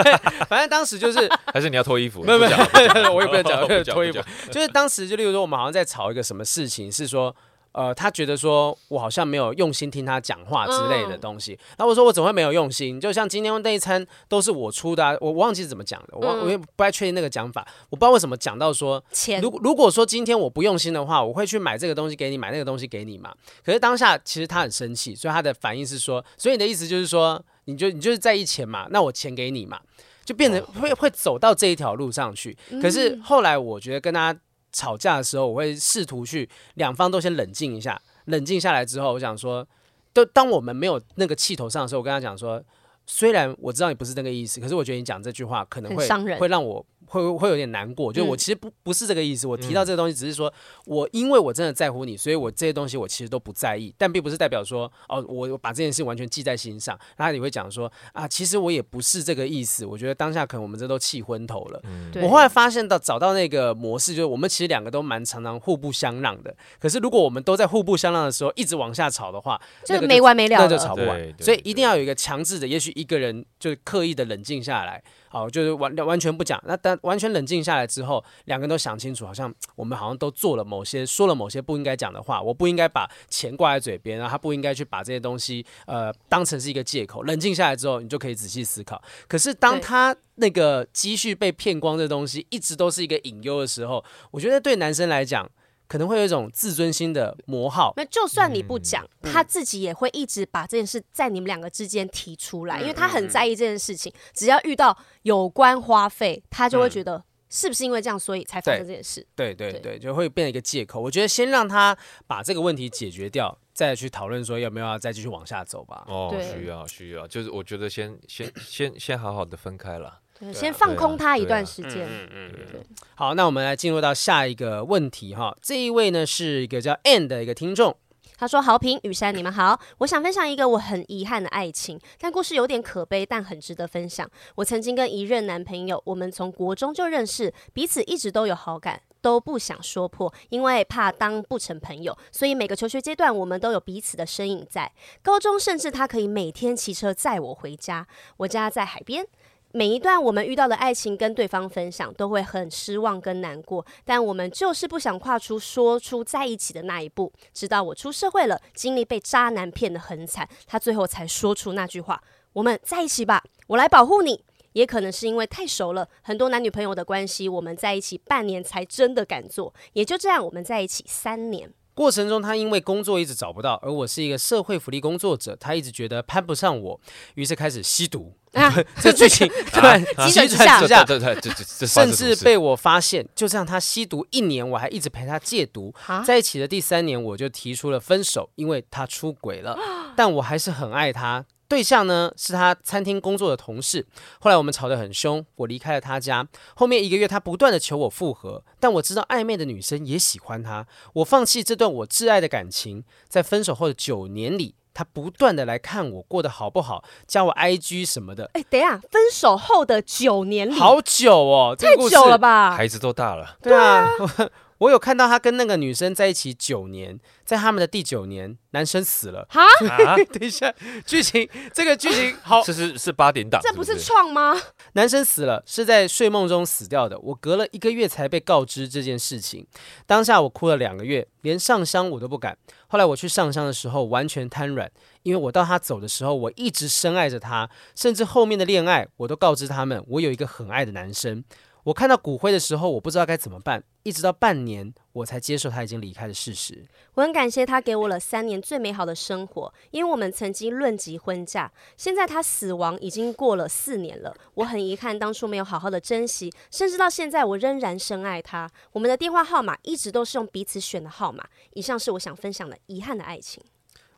[SPEAKER 2] 反正当时就是
[SPEAKER 1] 还是你要脱衣服？
[SPEAKER 2] 没有没有
[SPEAKER 1] 不讲了不讲了
[SPEAKER 2] [laughs] 我也不能讲
[SPEAKER 1] [laughs] 不讲
[SPEAKER 2] 脱衣服
[SPEAKER 1] 不讲
[SPEAKER 2] 就是当时就例如说，我们好像在吵一个什么事情，是说。呃，他觉得说我好像没有用心听他讲话之类的东西，然后我说我怎么会没有用心？就像今天那一餐都是我出的、啊，我我忘记是怎么讲的，我忘我也不太确定那个讲法，我不知道为什么讲到说
[SPEAKER 3] 钱
[SPEAKER 2] 如果如果说今天我不用心的话，我会去买这个东西给你，买那个东西给你嘛。可是当下其实他很生气，所以他的反应是说，所以你的意思就是说，你就你就是在意钱嘛，那我钱给你嘛，就变得会会走到这一条路上去。哦嗯可是后来我觉得跟他吵架的时候，我会试图去两方都先冷静一下，冷静下来之后，我想说，都当我们没有那个气头上的时候，我跟他讲说。虽然我知道你不是那个意思，可是我觉得你讲这句话可能
[SPEAKER 3] 很
[SPEAKER 2] 会
[SPEAKER 3] 伤人
[SPEAKER 2] 会让我会会有点难过。就我
[SPEAKER 3] 嗯
[SPEAKER 2] 其实不不是这个意思，我提到这个东西只是说，我因为我真的在乎你，所以我这些东西我其实都不在意，但并不是代表说哦，我我把这件事完全记在心上。然后你会讲说啊，其实我也不是这个意思。我觉得当下可能我们这都气昏头了。
[SPEAKER 3] 对
[SPEAKER 2] 我后来发现到找到那个模式，就是我们其实两个都蛮常常互不相让的。可是如果我们都在互不相让的时候一直往下吵的话，
[SPEAKER 3] 就
[SPEAKER 2] 那个
[SPEAKER 3] 没完没了
[SPEAKER 2] 那就
[SPEAKER 3] 了
[SPEAKER 2] 吵不
[SPEAKER 1] 对
[SPEAKER 2] 完。
[SPEAKER 1] 对
[SPEAKER 2] 所以一定要有一个强制的，也许一个人就是刻意的冷静下来，好，就是完完全不讲。那但完全冷静下来之后，两个人都想清楚，好像我们好像都做了某些说了某些不应该讲的话。我不应该把钱挂在嘴边，然后他不应该去把这些东西呃当成是一个借口。冷静下来之后，你就可以仔细思考。可是当
[SPEAKER 3] 对
[SPEAKER 2] 他那个积蓄被骗光这东西，一直都是一个隐忧的时候，我觉得对男生来讲。可能会有一种自尊心的磨耗，
[SPEAKER 3] 那就算你不讲，他自己也会一直把这件事在你们两个之间提出来，因为他很在意这件事情。只要遇到有关花费，他就会觉得是不是因为这样，所以才发生这件事。
[SPEAKER 2] 对对
[SPEAKER 3] 对
[SPEAKER 2] 对，就会变成一个借口。我觉得先让他把这个问题解决掉，再去讨论说要没有要再继续往下走吧。
[SPEAKER 1] 哦，
[SPEAKER 3] 对
[SPEAKER 1] 需要需要，就是我觉得先先先先好好的分开了。
[SPEAKER 3] 对啊先放空他一段时
[SPEAKER 2] 嗯
[SPEAKER 3] 间。
[SPEAKER 2] 好，那我们来进入到下一个问题哈。这一位呢是一个叫 N 的一个听众，
[SPEAKER 3] 他说：“好评雨山，你们好，我想分享一个我很遗憾的爱情，但故事有点可悲，但很值得分享。我曾经跟一任男朋友，我们从国中就认识，彼此一直都有好感。”都不想说破，因为怕当不成朋友，所以每个求学阶段我们都有彼此的身影在。高中甚至他可以每天骑车载我回家，我家在海边。每一段我们遇到的爱情跟对方分享，都会很失望跟难过，但我们就是不想跨出说出在一起的那一步。直到我出社会了，经历被渣男骗得很惨，他最后才说出那句话：“我们在一起吧，我来保护你。”也可能是因为太熟了，很多男女朋友的关系，我们在一起半年才真的敢做，也就这样，我们在一起三年。
[SPEAKER 2] 过程中他因为工作一直找不到，而我是一个社会福利工作者，他一直觉得攀不上我，于是开始吸毒。
[SPEAKER 3] 啊
[SPEAKER 2] [laughs] 这剧
[SPEAKER 3] [laughs]
[SPEAKER 2] 情突然
[SPEAKER 3] 急
[SPEAKER 1] 啊
[SPEAKER 3] 转直
[SPEAKER 2] 急转
[SPEAKER 3] 下
[SPEAKER 2] 直
[SPEAKER 1] 这
[SPEAKER 2] 下
[SPEAKER 1] 这，这这这这发生
[SPEAKER 2] 甚
[SPEAKER 1] 什么
[SPEAKER 2] 至
[SPEAKER 1] 事
[SPEAKER 2] 被我发现，就这样他吸毒一年，我还一直陪他戒毒
[SPEAKER 3] 啊，
[SPEAKER 2] 在一
[SPEAKER 3] [gasps]
[SPEAKER 2] 起的第三年我就提出了分手，因为他出轨了，但我还是很爱他。对象呢是他餐厅工作的同事。后来我们吵得很凶，我离开了他家。后面一个月，他不断的求我复合，但我知道暧昧的女生也喜欢他。我放弃这段我挚爱的感情，在分手后的九年里，他不断的来看我过得好不好，加我 IG 什么的，
[SPEAKER 3] 哎、等一下，分手后的九年里，
[SPEAKER 2] 好久哦，这
[SPEAKER 3] 太
[SPEAKER 2] 个故事
[SPEAKER 3] 久了吧？
[SPEAKER 1] 孩子都大
[SPEAKER 2] [laughs]
[SPEAKER 1] 了，
[SPEAKER 2] 对啊，我我有看到他跟那个女生在一起九年，在他们的第九年，男生死了。 [laughs]
[SPEAKER 3] 哈，
[SPEAKER 1] 啊，
[SPEAKER 2] 等一下，剧情这个剧情好，
[SPEAKER 1] 这是是八点档，
[SPEAKER 3] 这
[SPEAKER 1] 不
[SPEAKER 3] 不是创吗？
[SPEAKER 2] 男生死了是在睡梦中死掉的。我隔了一个月才被告知这件事情，当下我哭了两个月，连上香我都不敢。后来我去上香的时候完全瘫软，因为我到他走的时候，我一直深爱着他，甚至后面的恋爱我都告知他们我有一个很爱的男生。我看到骨灰的时候，我不知道该怎么办，一直到半年我才接受他已经离开的事实。
[SPEAKER 3] 我很感谢他给我了三年最美好的生活，因为我们曾经论及婚嫁。现在他死亡已经过了四年了，我很遗憾当初没有好好的珍惜，甚至到现在我仍然深爱他。我们的电话号码一直都是用彼此选的号码。以上是我想分享的遗憾的爱情。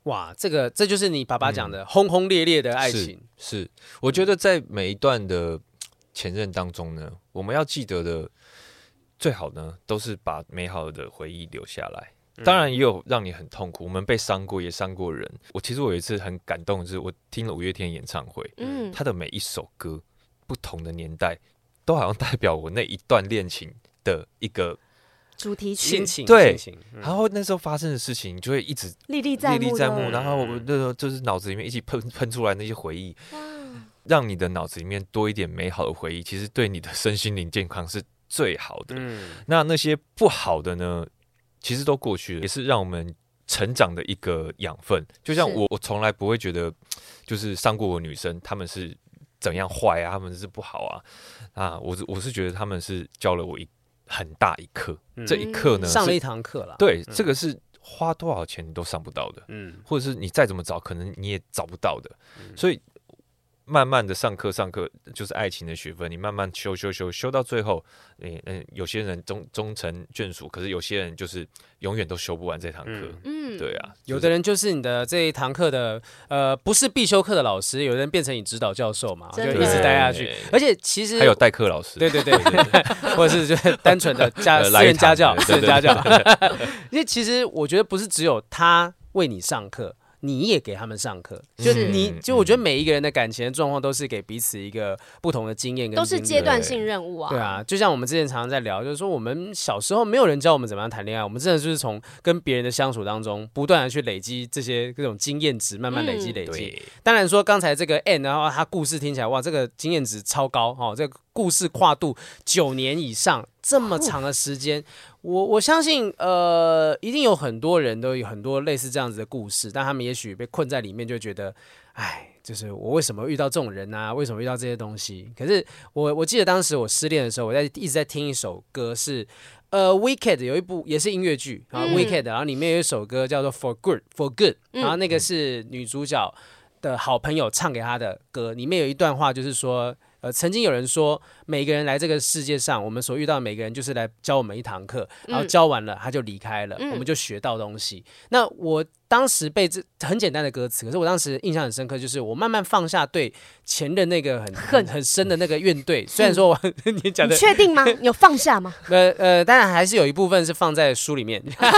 [SPEAKER 2] 哇，这个这就是嗯你爸爸讲的轰轰烈烈的爱
[SPEAKER 1] 是
[SPEAKER 2] 情。
[SPEAKER 1] 是，我觉得在每一段的前任当中呢，我们要记得的最好呢，都是把美好的回忆留下来。当然也有让你很痛苦，我们被伤过，也伤过人。我其实我有一次很感动，就是我听了五月天演唱会，
[SPEAKER 3] 嗯，
[SPEAKER 1] 他的每一首歌，不同的年代，都好像代表我那一段恋情的一个，
[SPEAKER 3] 主题曲
[SPEAKER 2] 心情
[SPEAKER 1] 对
[SPEAKER 2] 心情嗯
[SPEAKER 1] 然后那时候发生的事情，你就会一直
[SPEAKER 3] 历历在
[SPEAKER 1] 历
[SPEAKER 3] 目
[SPEAKER 1] 历
[SPEAKER 3] 的
[SPEAKER 1] 在目。然后我
[SPEAKER 2] 嗯
[SPEAKER 1] 那时候就是脑子里面一起喷喷出来那些回忆，
[SPEAKER 3] 哇
[SPEAKER 1] 让你的脑子里面多一点美好的回忆，其实对你的身心灵健康是最好的。
[SPEAKER 2] 嗯。
[SPEAKER 1] 那那些不好的呢，其实都过去了，也是让我们成长的一个养分。就像
[SPEAKER 3] 是
[SPEAKER 1] 我，我从来不会觉得，就是伤过我的女生，她们是怎样坏啊，她们是不好啊啊！我是我是觉得她们是教了我一很大一课，
[SPEAKER 2] 嗯
[SPEAKER 1] 这一课呢，
[SPEAKER 2] 上了
[SPEAKER 1] 是
[SPEAKER 2] 一堂课了。，
[SPEAKER 1] 对、
[SPEAKER 2] 嗯
[SPEAKER 1] 这个是花多少钱你都上不到的。
[SPEAKER 2] 嗯，
[SPEAKER 1] 或者是你再怎么找，可能你也找不到的。
[SPEAKER 2] 嗯
[SPEAKER 1] 所以慢慢的上课上课，就是爱情的学分，你慢慢修修修修到最后，嗯嗯，有些人终终成眷属，可是有些人就是永远都修不完这堂课。
[SPEAKER 2] 嗯
[SPEAKER 3] 嗯，
[SPEAKER 1] 对啊，
[SPEAKER 2] 有的人就是你的这一堂课的，呃，不是必修课的老师，有的人变成你指导教授嘛，就
[SPEAKER 3] 真的
[SPEAKER 2] 一直待下去
[SPEAKER 1] 对。
[SPEAKER 2] 而且其实
[SPEAKER 1] 还有代课老师，
[SPEAKER 2] 对对 [laughs] 对，或者
[SPEAKER 1] [laughs]
[SPEAKER 2] 是就是单纯的家
[SPEAKER 1] 呃
[SPEAKER 2] 私
[SPEAKER 1] 来一
[SPEAKER 2] 人家
[SPEAKER 1] 堂
[SPEAKER 2] 教，
[SPEAKER 1] 对
[SPEAKER 2] 私人
[SPEAKER 1] 对
[SPEAKER 2] 家
[SPEAKER 1] 对
[SPEAKER 2] 教。 [laughs] 因为其实我觉得不是只有他为你上课，你也给他们上课。就是你
[SPEAKER 1] 嗯
[SPEAKER 2] 就我觉
[SPEAKER 1] 嗯
[SPEAKER 2] 得每一个人的感情的状况都是给彼此一个不同的经验跟
[SPEAKER 3] 都是
[SPEAKER 2] 经历
[SPEAKER 3] 阶段性任务啊。
[SPEAKER 2] 对啊，就像我们之前常常在聊，就是说我们小时候没有人教我们怎么样谈恋爱，我们真的就是从跟别人的相处当中，不断的去累积这些各种经验值，慢慢累积
[SPEAKER 3] 嗯
[SPEAKER 2] 累积。
[SPEAKER 1] 对，
[SPEAKER 2] 当然说刚才这个 N，然后他故事听起来哇，这个经验值超高哦，这个故事跨度九年以上这
[SPEAKER 3] 哦
[SPEAKER 2] 么长的时间，我我相信呃，一定有很多人都有很多类似这样子的故事，但他们也许被困在里面，就觉得哎。就是我为什么遇到这种人啊？为什么遇到这些东西？可是我我记得当时我失恋的时候，我在一直在听一首歌是，呃，Wicked 有一部也是音乐剧啊、
[SPEAKER 3] 嗯
[SPEAKER 2] w i c k e d 然后里面有一首歌叫做 For Good For Good，
[SPEAKER 3] 嗯
[SPEAKER 2] 然后那个是女主角的好朋友唱给她的歌，里面有一段话就是说，呃，曾经有人说，每个人来这个世界上，我们所遇到的每个人就是来教我们一堂课，然后
[SPEAKER 3] 嗯
[SPEAKER 2] 教完了他就离开了，
[SPEAKER 3] 嗯
[SPEAKER 2] 我们就学到东西。那我当时被这很简单的歌词，可是我当时印象很深刻，就是我慢慢放下对前任那个很很很深的那个怨怼，虽然说我 [laughs] 你讲
[SPEAKER 3] 你
[SPEAKER 2] 的
[SPEAKER 3] 确定吗？你有放下吗？
[SPEAKER 2] 呃呃，当然还是有一部分是放在书里面， [laughs]
[SPEAKER 3] 嗯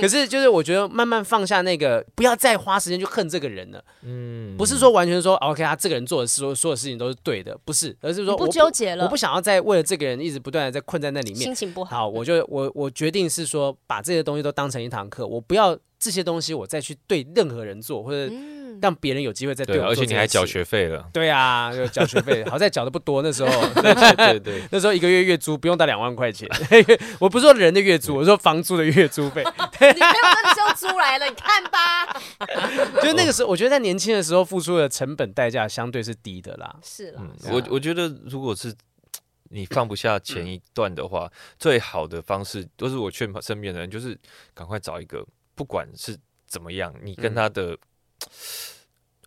[SPEAKER 2] 可是就是我觉得慢慢放下那个，不要再花时间去恨这个人了。
[SPEAKER 1] 嗯
[SPEAKER 2] 不是说完全说哦 OK，他这个人做的事，所所有事情都是对的，不是，而是说
[SPEAKER 3] 你
[SPEAKER 2] 我
[SPEAKER 3] 不纠结
[SPEAKER 2] 我
[SPEAKER 3] 了
[SPEAKER 2] 不，想要再为了这个人一直不断的在困在那里面
[SPEAKER 3] 心。情不好。
[SPEAKER 2] 好，我就我我决定是说把这些东西都当成一堂课，我不要这些东西我再去对任何人做，或者
[SPEAKER 3] 嗯，
[SPEAKER 2] 让别人有机会再
[SPEAKER 1] 对，
[SPEAKER 2] 我
[SPEAKER 1] 而
[SPEAKER 2] 做
[SPEAKER 1] 且
[SPEAKER 2] 这
[SPEAKER 1] 你
[SPEAKER 2] 件
[SPEAKER 1] 还缴
[SPEAKER 2] 事。，
[SPEAKER 1] 学费了
[SPEAKER 2] [laughs] 对啊，有缴
[SPEAKER 1] [laughs]
[SPEAKER 2] 学费，好在缴的不多，那时候
[SPEAKER 1] 对对对，
[SPEAKER 2] 那时候一个月月租不用到两万块钱， [laughs] 我不是说人的月租，我说房租的月租
[SPEAKER 3] [laughs]
[SPEAKER 2] 费。
[SPEAKER 3] 你没有真的是要租来了，你看吧。 [laughs]
[SPEAKER 2] 就是那个时候，我觉得在年轻的时候付出的成本代价相对是低的啦。
[SPEAKER 3] 是了，
[SPEAKER 1] 嗯，
[SPEAKER 2] 是
[SPEAKER 1] 我
[SPEAKER 2] 啊
[SPEAKER 1] 我觉得如果是你放不下前一段的
[SPEAKER 2] 嗯
[SPEAKER 1] 话，最好的方式就是我劝身边的人，就是赶快找一个，不管是怎么样，你
[SPEAKER 2] 嗯
[SPEAKER 1] 跟他的，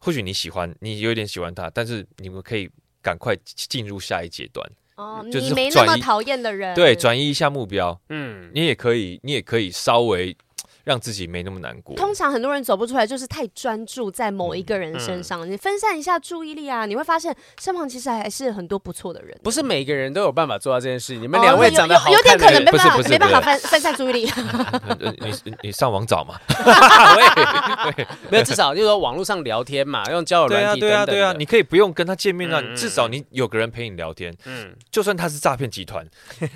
[SPEAKER 1] 或许你喜欢，你有点喜欢他，但是你们可以赶快进入下一阶段，
[SPEAKER 3] 哦，
[SPEAKER 1] 就是
[SPEAKER 3] 你没那么
[SPEAKER 1] 转移
[SPEAKER 3] 讨厌的人，
[SPEAKER 1] 对，转移一下目标，
[SPEAKER 2] 嗯，
[SPEAKER 1] 你也可以，你也可以稍微。让自己没那么难过。
[SPEAKER 3] 通常很多人走不出来，就是太专注在某
[SPEAKER 2] 嗯
[SPEAKER 3] 一个人身上，你分散一下注意力啊，你会发现身旁其实还是很多不错的人。
[SPEAKER 2] 不
[SPEAKER 3] 是
[SPEAKER 2] 是每个人都有办法做到这件事情。你们两位长得好
[SPEAKER 3] 哦有有
[SPEAKER 2] 看
[SPEAKER 3] 点
[SPEAKER 2] 的人，
[SPEAKER 3] 可能没办
[SPEAKER 1] 不
[SPEAKER 3] 法，
[SPEAKER 1] 是不是
[SPEAKER 3] 没办法
[SPEAKER 1] 不
[SPEAKER 3] 分分散
[SPEAKER 2] [laughs]
[SPEAKER 3] 注意力。
[SPEAKER 1] 呃 [laughs] 你你你上网找嘛？ [laughs]
[SPEAKER 2] 没有至少就是说网络上聊
[SPEAKER 1] [laughs]
[SPEAKER 2] 天嘛，用交友
[SPEAKER 1] 对
[SPEAKER 2] 软
[SPEAKER 1] 啊
[SPEAKER 2] 体
[SPEAKER 1] 对啊
[SPEAKER 2] 等等
[SPEAKER 1] 对啊，
[SPEAKER 2] 的
[SPEAKER 1] 你可以不用跟他见面啊，
[SPEAKER 2] 嗯嗯
[SPEAKER 1] 至少你有个人陪你聊天，
[SPEAKER 2] 嗯，
[SPEAKER 1] 就算他是诈骗集团，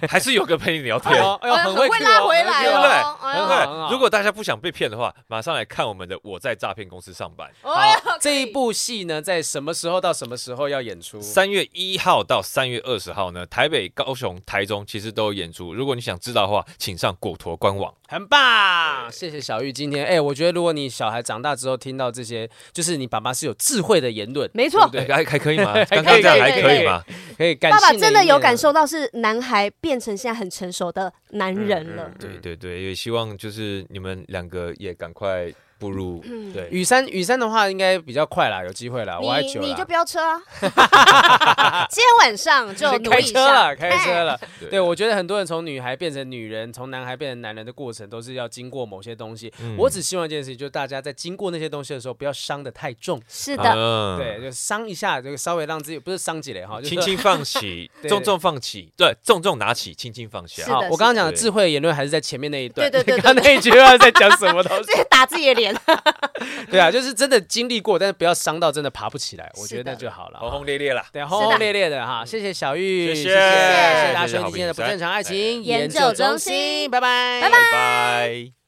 [SPEAKER 1] 还是有个陪你聊天
[SPEAKER 2] 哎。
[SPEAKER 1] [laughs]
[SPEAKER 2] 呦哎呦，
[SPEAKER 3] 哎
[SPEAKER 2] 很
[SPEAKER 3] 很会
[SPEAKER 2] cue
[SPEAKER 3] 拉
[SPEAKER 2] 哦
[SPEAKER 3] 回
[SPEAKER 2] 很会
[SPEAKER 3] 来
[SPEAKER 2] cue
[SPEAKER 3] 哦
[SPEAKER 2] 哦
[SPEAKER 3] [laughs]
[SPEAKER 1] 对
[SPEAKER 3] 哎
[SPEAKER 2] 呦
[SPEAKER 3] 呦
[SPEAKER 2] 很好很好
[SPEAKER 1] 对，如果大家不想被骗的话，马上来看我们的《我在诈骗公司上班
[SPEAKER 2] 好，
[SPEAKER 3] 可
[SPEAKER 2] 这
[SPEAKER 3] 以
[SPEAKER 2] 一部戏呢，在什么时候到什么时候要演出》，？
[SPEAKER 1] 三月一号到三月二十号呢，台北、高雄、台中其实都有演出。如果你想知道的话，请上果陀官网。
[SPEAKER 2] 很棒，谢谢小玉今天。哎，我觉得如果你小孩长大之后听到这些，就是你爸爸是有智慧的言论，
[SPEAKER 3] [laughs] 没错，
[SPEAKER 1] 对，还还可以
[SPEAKER 2] [laughs]
[SPEAKER 1] 吗？
[SPEAKER 2] 可
[SPEAKER 1] 刚
[SPEAKER 2] 以
[SPEAKER 1] 刚这样还
[SPEAKER 3] 可以
[SPEAKER 1] 可以吗？
[SPEAKER 2] 哦哎可以感
[SPEAKER 3] 爸爸
[SPEAKER 2] 性
[SPEAKER 3] 真的
[SPEAKER 2] 一
[SPEAKER 3] 有
[SPEAKER 2] 面
[SPEAKER 3] 感受到是男孩变成现在很成熟的男
[SPEAKER 2] 嗯
[SPEAKER 3] 人了。
[SPEAKER 1] 对对对，也希望就是你们两个也赶快步入
[SPEAKER 2] 嗯
[SPEAKER 1] 对。
[SPEAKER 2] 雨山，雨山的话应该比较快啦，有机会啦，啊我还
[SPEAKER 3] 你
[SPEAKER 2] 久
[SPEAKER 3] 你
[SPEAKER 2] 啦
[SPEAKER 3] 就。不要
[SPEAKER 2] [laughs]
[SPEAKER 3] 车啊！今天晚上就努
[SPEAKER 2] 开
[SPEAKER 3] 力
[SPEAKER 2] 车
[SPEAKER 3] 一下哎
[SPEAKER 2] 了，。开车
[SPEAKER 3] [laughs]
[SPEAKER 2] 了。
[SPEAKER 1] 对
[SPEAKER 2] 对，我觉得很多人从女孩变成女人，从男孩变成男人的过程，都是要经过某些东西。
[SPEAKER 1] 嗯
[SPEAKER 2] 我只希望一件事情，就是大家在经过那些东西的时候，不要伤得太重。
[SPEAKER 3] 是的，
[SPEAKER 1] 嗯
[SPEAKER 2] 对，就伤一下，就稍微让自己不是伤几雷哈，就是
[SPEAKER 1] 轻轻放起，
[SPEAKER 2] [laughs] 对
[SPEAKER 1] 重重放起，对，重重拿起，轻轻放下
[SPEAKER 3] 是。
[SPEAKER 2] 好
[SPEAKER 3] 的，
[SPEAKER 2] 我刚刚讲的
[SPEAKER 1] 对
[SPEAKER 2] 智慧言论还是在前面那一段，
[SPEAKER 3] 对对对对
[SPEAKER 2] 刚刚那一句话在讲什么东西
[SPEAKER 3] [laughs] [laughs] 直？接打自己的脸。
[SPEAKER 2] 对啊，就是真的经历过，但是不要伤到真的爬不起来，我觉
[SPEAKER 3] 是
[SPEAKER 2] 得
[SPEAKER 3] 的
[SPEAKER 2] 那就好了
[SPEAKER 1] 轰
[SPEAKER 2] 哈。
[SPEAKER 1] 轰烈烈啦。
[SPEAKER 2] 对，啊轰轰烈烈的哈，谢谢小玉，
[SPEAKER 1] 哦嗯谢谢
[SPEAKER 2] 谢谢大家
[SPEAKER 1] 谢谢哎
[SPEAKER 2] 收听今天的不正常爱情
[SPEAKER 3] 研究中心
[SPEAKER 2] 拜拜，
[SPEAKER 1] 拜拜。